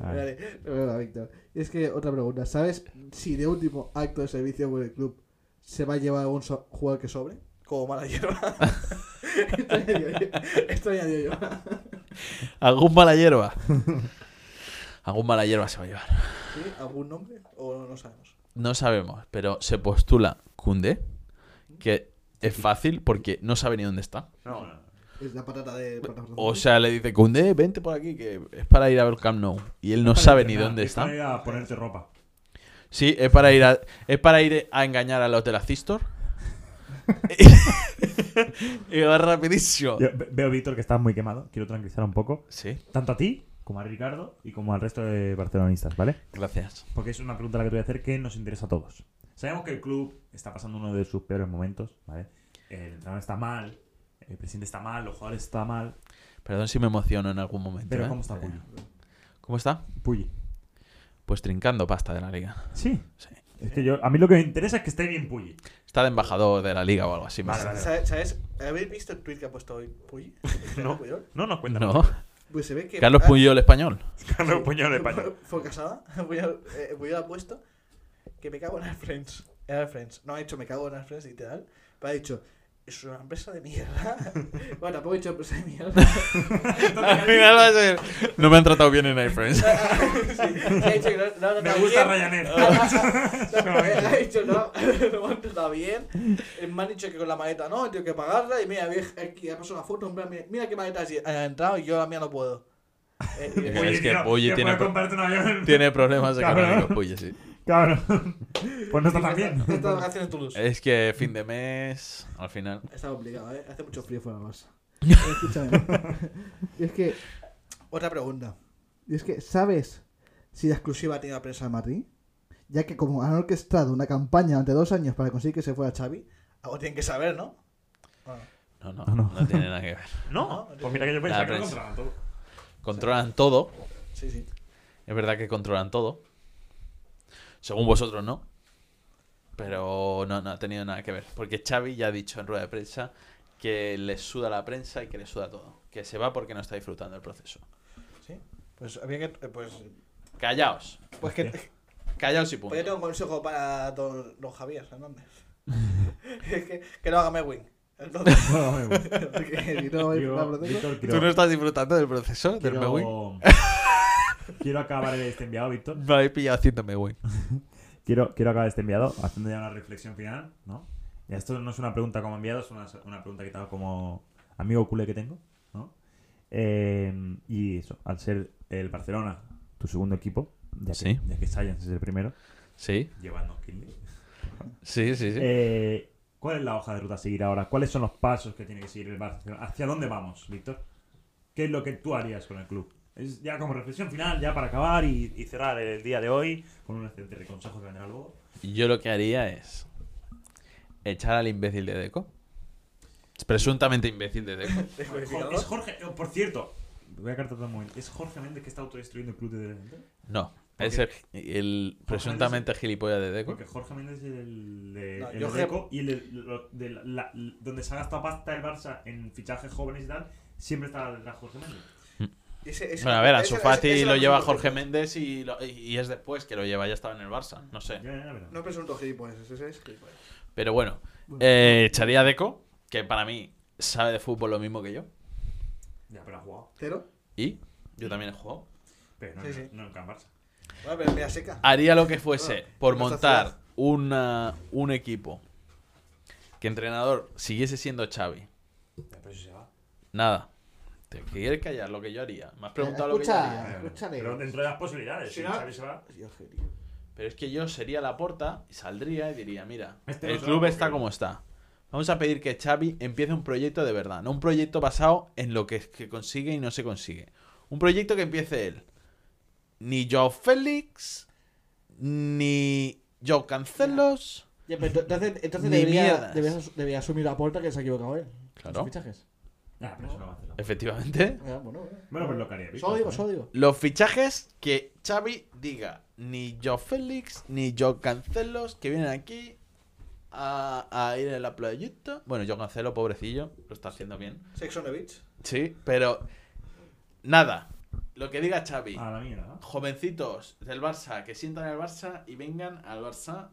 C: Ah,
B: Vale, bueno, Víctor. Es que otra pregunta. ¿Sabes si de último acto de servicio por el club se va a llevar algún so- jugador que sobre? Como mala hierba. Esto ya digo yo. Esto ya digo yo.
D: ¿Algún mala hierba? Algún mala hierba se va a llevar.
B: ¿Tiene algún nombre o no sabemos?
D: No sabemos, pero se postula Kunde, que es fácil porque no sabe ni dónde está.
B: Es la patata de patata
D: O sea, le dice Kunde, vente por aquí, que es para ir a ver Camp Nou. Y él no sabe ni dónde
C: Es para
D: está.
C: ir a ponerte ropa.
D: Sí, es para ir a, es para ir a engañar a los de la Cistor. y va rapidísimo.
C: Yo ve- veo, Víctor, que estás muy quemado. Quiero tranquilizar un poco.
D: Sí,
C: Tanto a ti, como a Ricardo y como al resto de barcelonistas, ¿vale?
D: gracias.
C: Porque es una pregunta la que te voy a hacer que nos interesa a todos. Sabemos que el club está pasando uno de sus peores momentos, ¿vale? El entrenador está mal, el presidente está mal, los jugadores están mal.
D: Perdón si me emociono en algún momento.
C: Pero
D: ¿eh?
C: ¿cómo está Puyi?
D: ¿Cómo está?
C: Puyi.
D: Pues trincando pasta de la liga.
C: Sí.
D: Sí.
C: Es que yo, a mí lo que me interesa es que esté bien Puyi.
D: Está de embajador de la liga o algo así. me
C: Vale,
D: parece.
C: vale.
B: ¿Sabes, ¿Sabes? ¿Habéis visto el tweet que ha puesto hoy Puy?
C: No.
B: Puyol?
C: No nos cuentan.
D: No,
B: Pues se ve que.
D: Carlos
B: ah,
D: Puyol español.
C: Carlos Puñol español.
B: Fue casada. Puyol, eh, Puyol ha puesto que me cago en las Friends. Era las Friends. No ha dicho me cago en las Friends, literal. Pero ha dicho, es una empresa de mierda. bueno, tampoco he dicho empresa de mierda.
D: Al final va a ser. No me han tratado bien en iFriends.
B: Sí, ha dicho que no, no, no,
C: Me
B: no,
C: gusta
B: bien.
C: Ryanair.
B: No, eh, ha dicho, no, no me han tratado bien. Eh, Me han dicho que con la maleta no, tengo que pagarla. Y mira, ve- aquí ha pasado una foto. en plan, Mira, mira qué maleta así, ha entrado y yo la mía no puedo. Eh, y-
D: Pero es que
C: tío,
D: Puyi
C: que
D: tiene
C: puede
D: pro-
C: comprarte un avión.
D: Tiene problemas
C: Cabrón.
D: económicos, Puyol, sí.
C: Cabrón. Pues no está tan bien.
B: Esta, esta vacación en Toulouse.
D: Es que fin de mes, al final.
B: Está complicado, ¿eh? Hace mucho frío fuera de Barça.
M: Escúchame. y es que,
B: Otra pregunta.
M: y es que, ¿sabes si la exclusiva tiene la prensa de Madrid? Ya que como han orquestado una campaña durante dos años para conseguir que se fuera Xavi,
B: Algo tienen que saber, ¿no?
D: No, no,
C: Ah, No, no.
D: no tiene nada que ver.
C: No, pues mira que yo pensaba
D: La
C: que lo
D: prensa.
C: controlaban todo.
D: Controlan todo.
B: Sí, sí.
D: Es verdad que controlan todo. Según vosotros, ¿no? Pero no, no ha tenido nada que ver. Porque Xavi ya ha dicho en rueda de prensa que le suda la prensa y que le suda todo. Que se va porque no está disfrutando el proceso.
B: ¿Sí? Pues había que. eh, Pues,
D: Callaos.
B: pues que.
D: Callaos y punto.
B: Pues yo tengo un consejo para don, don Javier Hernández. Es que, que no haga Mewin. Entonces,
C: No, me gusta.
M: porque si no,
C: Yo,
M: la protesta-
C: Víctor,
D: ¿Tú no
C: quiero,
D: estás disfrutando del proceso del Mewin?
C: quiero, quiero acabar este enviado, Víctor.
D: Me habéis pillado haciendo Mewin.
C: Quiero, quiero acabar este enviado haciendo ya una reflexión final, ¿no? Y esto no es una pregunta como enviado, es una, una pregunta que te hago como amigo culé que tengo, ¿no? Eh, y eso, al ser el Barcelona tu segundo equipo, ya que,
D: Sí.
C: ya que Science es el primero,
D: Sí,
C: llevando Kinley.
D: sí, sí, sí.
C: Eh, ¿Cuál es la hoja de ruta a seguir ahora? ¿Cuáles son los pasos que tiene que seguir el Barcelona? ¿Hacia dónde vamos, Víctor? ¿Qué es lo que tú harías con el club? Es ya como reflexión final, ya para acabar y, y cerrar el día de hoy con un excelente consejo que vendrá luego.
D: Yo lo que haría es echar al imbécil de Deco. Presuntamente imbécil de Deco.
B: ¿te
C: Jo- Es Jorge, eh, por cierto, voy a cartar todo un momento. ¿Es Jorge Méndez que está autodestruyendo el club de delante?
D: No,
C: ¿Por
D: es
C: qué?
D: el, el presuntamente gilipollas de Deco.
C: Porque Jorge Méndez es el de
B: No,
C: el
B: yo
C: de
B: creo-
C: Deco y el de- lo- de la- la- donde se ha gastado pasta el Barça en fichajes jóvenes y tal, siempre está detrás Jorge Méndez.
B: Ese- ese-
D: Bueno, a ver,
B: ese-
D: Ansu
B: ese-
D: Fati
B: ese era
D: lo
B: el
D: lleva
B: presunto
D: Jorge
B: gilipollas.
D: Méndez y, lo- y es después que lo lleva, ya estaba en el Barça, no sé.
C: Ya, ya, pero-
B: No es presunto gilipollas, ese ese es gilipollas.
D: Pero bueno, eh, echaría a Deco, que para mí sabe de fútbol lo mismo que yo.
C: ya, pero ha jugado.
B: ¿Cero?
D: Y yo también he jugado.
C: Pero no,
B: Sí,
C: no-
B: sí.
C: no en Can Barça.
B: Bueno, Ah, pero mira, seca.
D: Haría lo que fuese
C: Ah,
B: Bueno,
D: por
B: en nuestra
D: montar
B: ciudad.
D: una, un equipo que entrenador siguiese siendo Xavi.
C: Pero eso se va.
D: Nada. Te quieres callar lo que yo haría. Me has preguntado lo que yo
M: Escucha.
D: haría.
M: Escúchale.
C: Pero dentro de las posibilidades.
B: Si
C: Si
B: no-
C: Xavi se va.
B: Dios, qué tío.
D: Pero es que yo sería la porta y saldría y diría, mira,
C: Este
D: el
C: no se
D: club
C: va
D: está
C: porque-
D: como está. Vamos a pedir que Xavi empiece un proyecto de verdad, no un proyecto basado en lo que, que consigue y no se consigue. Un proyecto que empiece él. Ni Joe Félix, ni Joe Cancelos.
M: Ya, pero entonces, entonces
D: Ni
M: debería,
D: mierdas.
M: debería, debería asumir la puerta que se ha equivocado él.
D: Claro.
M: Los fichajes.
C: Ah, pero eso no va a hacer.
D: Efectivamente.
M: Ya, bueno, bueno.
C: Bueno, pues lo que haría. Víctor,
M: Solo digo,
C: ¿no?
M: solo digo.
D: Los fichajes que Xavi diga, ni Joe Félix, ni Joe Cancelos, que vienen aquí a, a ir a la playita. Bueno, Joe Cancelo, pobrecillo, lo está haciendo bien.
B: Sex on the beach.
D: Sí, pero nada. Lo que diga Xavi.
C: A la mierda. ¿no?
D: Jovencitos del Barça que sientan al Barça y vengan al Barça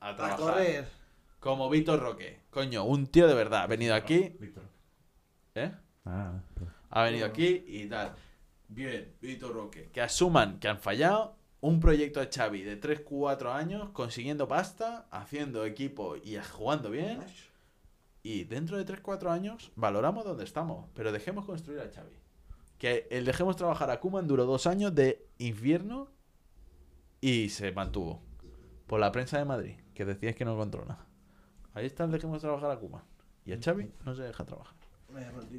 D: a
B: A
D: trabajar.
B: correr.
D: Como Vitor Roque. Coño, un tío de verdad. Ha venido aquí,
C: Víctor.
D: ¿eh?
C: Ah,
D: Ha venido aquí y tal. Bien, Vito Roque. Que asuman que han fallado un proyecto de Xavi de 3-4 años consiguiendo pasta, haciendo equipo y jugando bien. Y dentro de 3-4 años valoramos dónde estamos, pero dejemos construir a Xavi. Que el dejemos trabajar a Kuman duró dos años de infierno y se mantuvo. Por la prensa de Madrid, que decías que no controla. Ahí está el dejemos trabajar a Kuman. Y a Xavi no se deja trabajar.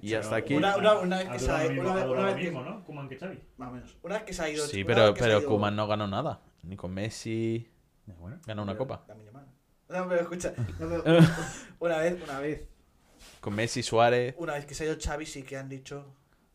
D: Y hasta aquí.
B: Una, una- una vez
N: Ha
B: que se
N: durado
B: ha
N: lo
B: ido.
N: mismo- ha
B: Una, vez-
N: durado
B: una
N: lo
B: vez que-
N: mismo, ¿no? Koeman que Xavi.
B: más o menos. Una vez que se ha ido.
D: Sí,
B: una vez
D: pero,
B: que se ha
D: pero
B: ido-
D: Kuman no ganó nada. Ni con Messi. Ganó una
B: Pero,
D: copa.
B: dame llamada. No, pero escucha. no, pero- una vez, una vez.
D: Con Messi, Suárez.
B: Una vez que se ha ido Xavi, sí que han dicho.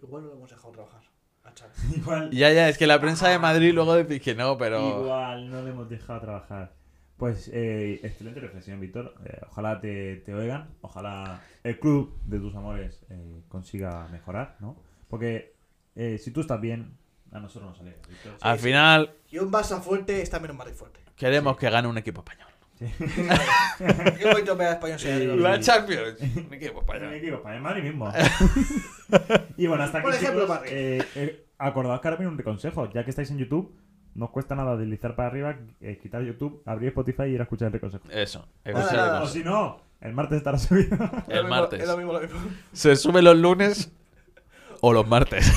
B: Igual no lo hemos dejado trabajar. A Xavi.
N: Igual,
D: Ya, ya, es que la prensa de Madrid luego dice que no, pero.
N: igual no le hemos dejado trabajar. Pues eh, excelente reflexión, Víctor. Eh, ojalá te, te oigan. Ojalá el club de tus amores eh, consiga mejorar, ¿no? Porque eh, si tú estás bien, a nosotros nos alegra, Víctor.
D: Al final,
B: Y un Barça fuerte está menos Madrid fuerte.
D: queremos que gane un equipo español.
B: Qué bonito ver a Español se
N: Sí.
B: arriba.
D: La Champions. Un equipo
N: Me
D: español.
N: equivoco, para el Madrid mismo. y bueno, hasta aquí.
B: Por ejemplo,
N: chicos,
B: Madrid.
N: eh, eh, acordaos que ahora viene un consejo. Ya que estáis en YouTube, no os cuesta nada deslizar para arriba, eh, quitar YouTube, abrir Spotify y ir a escuchar el reconsejo.
D: Eso.
B: Nada, nada.
D: eh,
N: O si no, el martes estará subido.
B: Es lo
D: El
B: mismo-
D: martes.
B: Es lo mismo, lo mismo.
D: Se sube los lunes o los martes.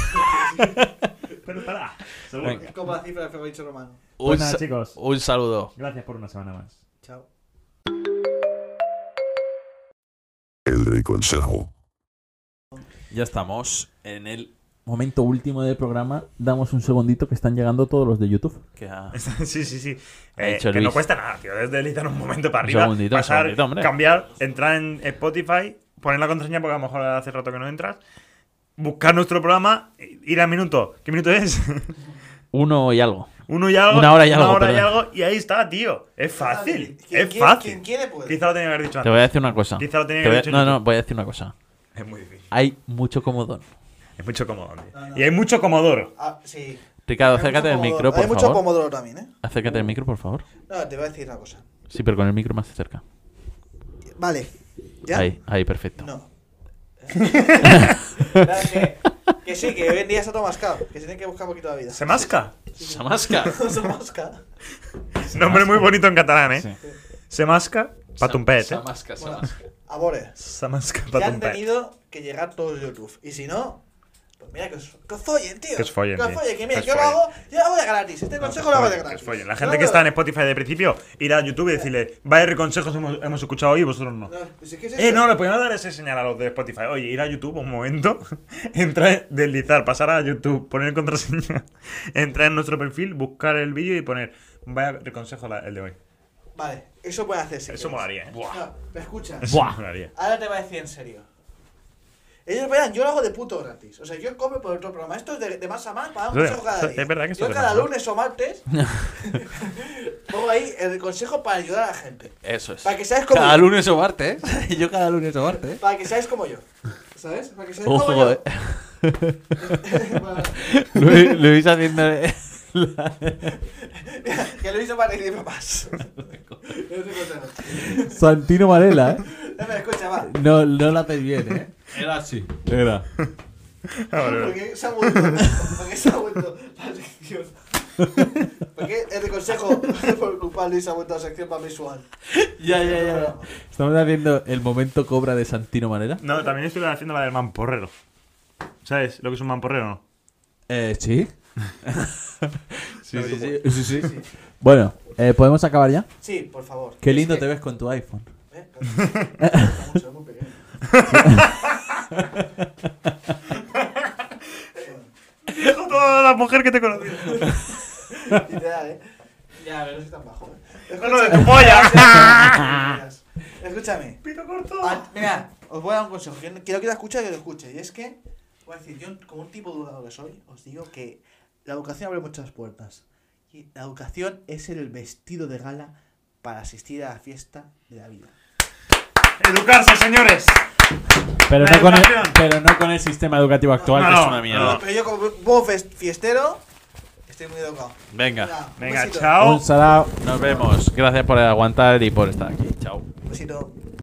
N: Pero estará, seguro.
D: Venga.
B: Es como la cifra de Februcho Romano.
D: Un,
N: Pues nada,
D: sa-
N: chicos.
D: un saludo.
N: Gracias por una semana más.
B: Chao.
E: El reconsejo.
A: Ya estamos en el momento último del programa. Damos un segundito que están llegando todos los de YouTube.
D: Que a-
C: Sí, sí, sí.
D: Ha
C: Eh,
D: dicho
C: que
D: Luis.
C: no cuesta nada, tío. Es deslizar un momento para
D: Un
C: arriba.
D: segundito, un
C: pasar,
D: segundito, hombre.
C: cambiar, entrar en Spotify, poner la contraseña porque a lo mejor hace rato que no entras. Buscar nuestro programa, ir al minuto. ¿Qué minuto es?
D: Uno y algo.
C: Uno y algo.
D: Una hora y
C: una
D: algo,
C: hora y
D: perdón.
C: algo, y ahí está, tío. Es fácil.
B: Quien
C: es
B: quiere-
C: fácil.
B: Quien quiere puede.
C: Quizá lo tenía que haber dicho
D: Te
C: antes.
D: voy a decir una cosa.
C: Quizá lo tenía
D: Te
C: que
D: voy a-
C: haber dicho en
D: No, no,
C: YouTube.
D: voy a decir una cosa.
C: Es muy difícil.
D: Hay mucho comodón.
C: Es mucho cómodo. tío.
B: No, no.
C: Y hay mucho comodoro.
B: Ah, sí.
D: Ricardo, acércate
B: Hay
D: del
B: mucho
D: micro,
B: pomodoro- Hay
D: por
B: mucho
D: favor.
B: pomodoro también, ¿eh?
D: Acércate del micro, por favor.
B: No, te voy a decir una cosa.
D: Sí, pero con el micro más cerca.
B: Vale. ¿Ya?
D: Ahí, ahí, perfecto.
B: No. Nada, que, que sí, que hoy en día está todo mascado. Que se tiene que buscar un poquito la vida.
C: ¿Se masca?
D: Samasca.
B: Se masca.
C: Nombre muy bonito en catalán, ¿eh? Se masca, patumpet, ¿eh?
D: Samasca,
B: Bueno,
D: Samasca.
B: Amores,
C: Se masca,
B: ya han
C: patumpet.
B: tenido que llegar todos los YouTube. Y si no, pues mira que os, que os follen, tío.
C: Que os follen, tío.
B: que mira,
C: Que
B: yo
C: os
B: lo
C: follen.
B: hago, yo lo hago de gratis. Este consejo lo hago de
C: Que
B: gratis.
C: os follen. Pues, La
B: Yo
C: gente
B: lo
C: que
B: hago
C: está en
B: de-
C: Spotify de principio, ir a YouTube y decirle, vaya consejos hemos, hemos escuchado hoy y vosotros no.
B: No, pues es que es
C: Eh,
B: eso.
C: no, le podemos dar ese señal a los de Spotify. Oye, ir a YouTube un momento, entrar, deslizar, pasar a YouTube, poner contraseña, entrar en nuestro perfil, buscar el vídeo y poner, vaya consejo la- el de hoy.
B: Vale, eso puede hacerse.
C: Eso molaría, ¿eh?
B: No, pero escucha.
C: Eso molaría.
B: Ahora te voy a decir en serio. Ellos verán, yo lo hago de puto gratis. O sea, yo cobro por otro programa. Esto es de, de más a más, pagamos
C: Eso es-
B: consejo cada
C: eso-
B: día.
C: es verdad que esto
B: yo
C: es de
B: cada
C: más a más.
B: lunes o martes pongo ahí el consejo para ayudar a la gente.
D: Eso es.
B: Para que seas como
D: Cada
B: yo.
D: lunes o martes. ¿eh? Yo cada lunes o martes.
B: Para que seáis como yo. ¿Sabes? Para que seáis
D: Ojo,
B: como
D: eh.
B: yo. Para-
D: Luis, Luis haciendo. eh.
B: que lo hizo para que más. Ese consejo.
A: Santino Varela, ¿eh?
B: No, pero escucha, va.
A: No, no la haces bien, ¿eh?
D: Era así.
A: Era.
C: Ah,
B: Porque se ha vuelto, porque se ha vuelto la sección. Porque el consejo por culpable se ha vuelto la sección más visual.
D: Ya, ya, ya.
A: Estamos haciendo el momento cobra de Santino Varela.
C: No, también estuve haciendo la del mamporrero. ¿Sabes lo que es un mamporrero no?
A: Eh, sí. sí, sí, sí, sí, sí. Bueno, eh, ¿podemos acabar ya?
B: Sí, por favor.
A: Qué lindo
B: Es
A: te
B: que-
A: ves con tu iPhone.
B: ¿Eh? Está mucho, es muy pequeño.
C: Dijo toda la mujer que te conocí.
B: Literal, ¿eh? Ya, pero no soy tan bajo, ¿eh?
C: Bueno, de tu polla.
B: Escúchame.
C: Pito corto.
B: Ah, mira, os voy a dar un consejo. que no- Quiero que la escuche que lo escuche. Y es que, voy a decir, yo como un tipo educado que soy, os digo que la educación abre muchas puertas. Y la educación es el vestido de gala para asistir a la fiesta de la vida.
C: Educarse, señores.
A: Pero
C: La
A: no, con el,
C: educación.
A: pero no con el sistema educativo actual,
C: No,
A: que es
C: no,
A: una mierda.
B: No, pero yo como vos fiestero, estoy muy educado.
D: Venga,
B: un
C: Venga,
B: besito,
C: chao.
A: Un salao.
D: nos vemos. Gracias por aguantar y por estar aquí. Chao.
B: Un besito.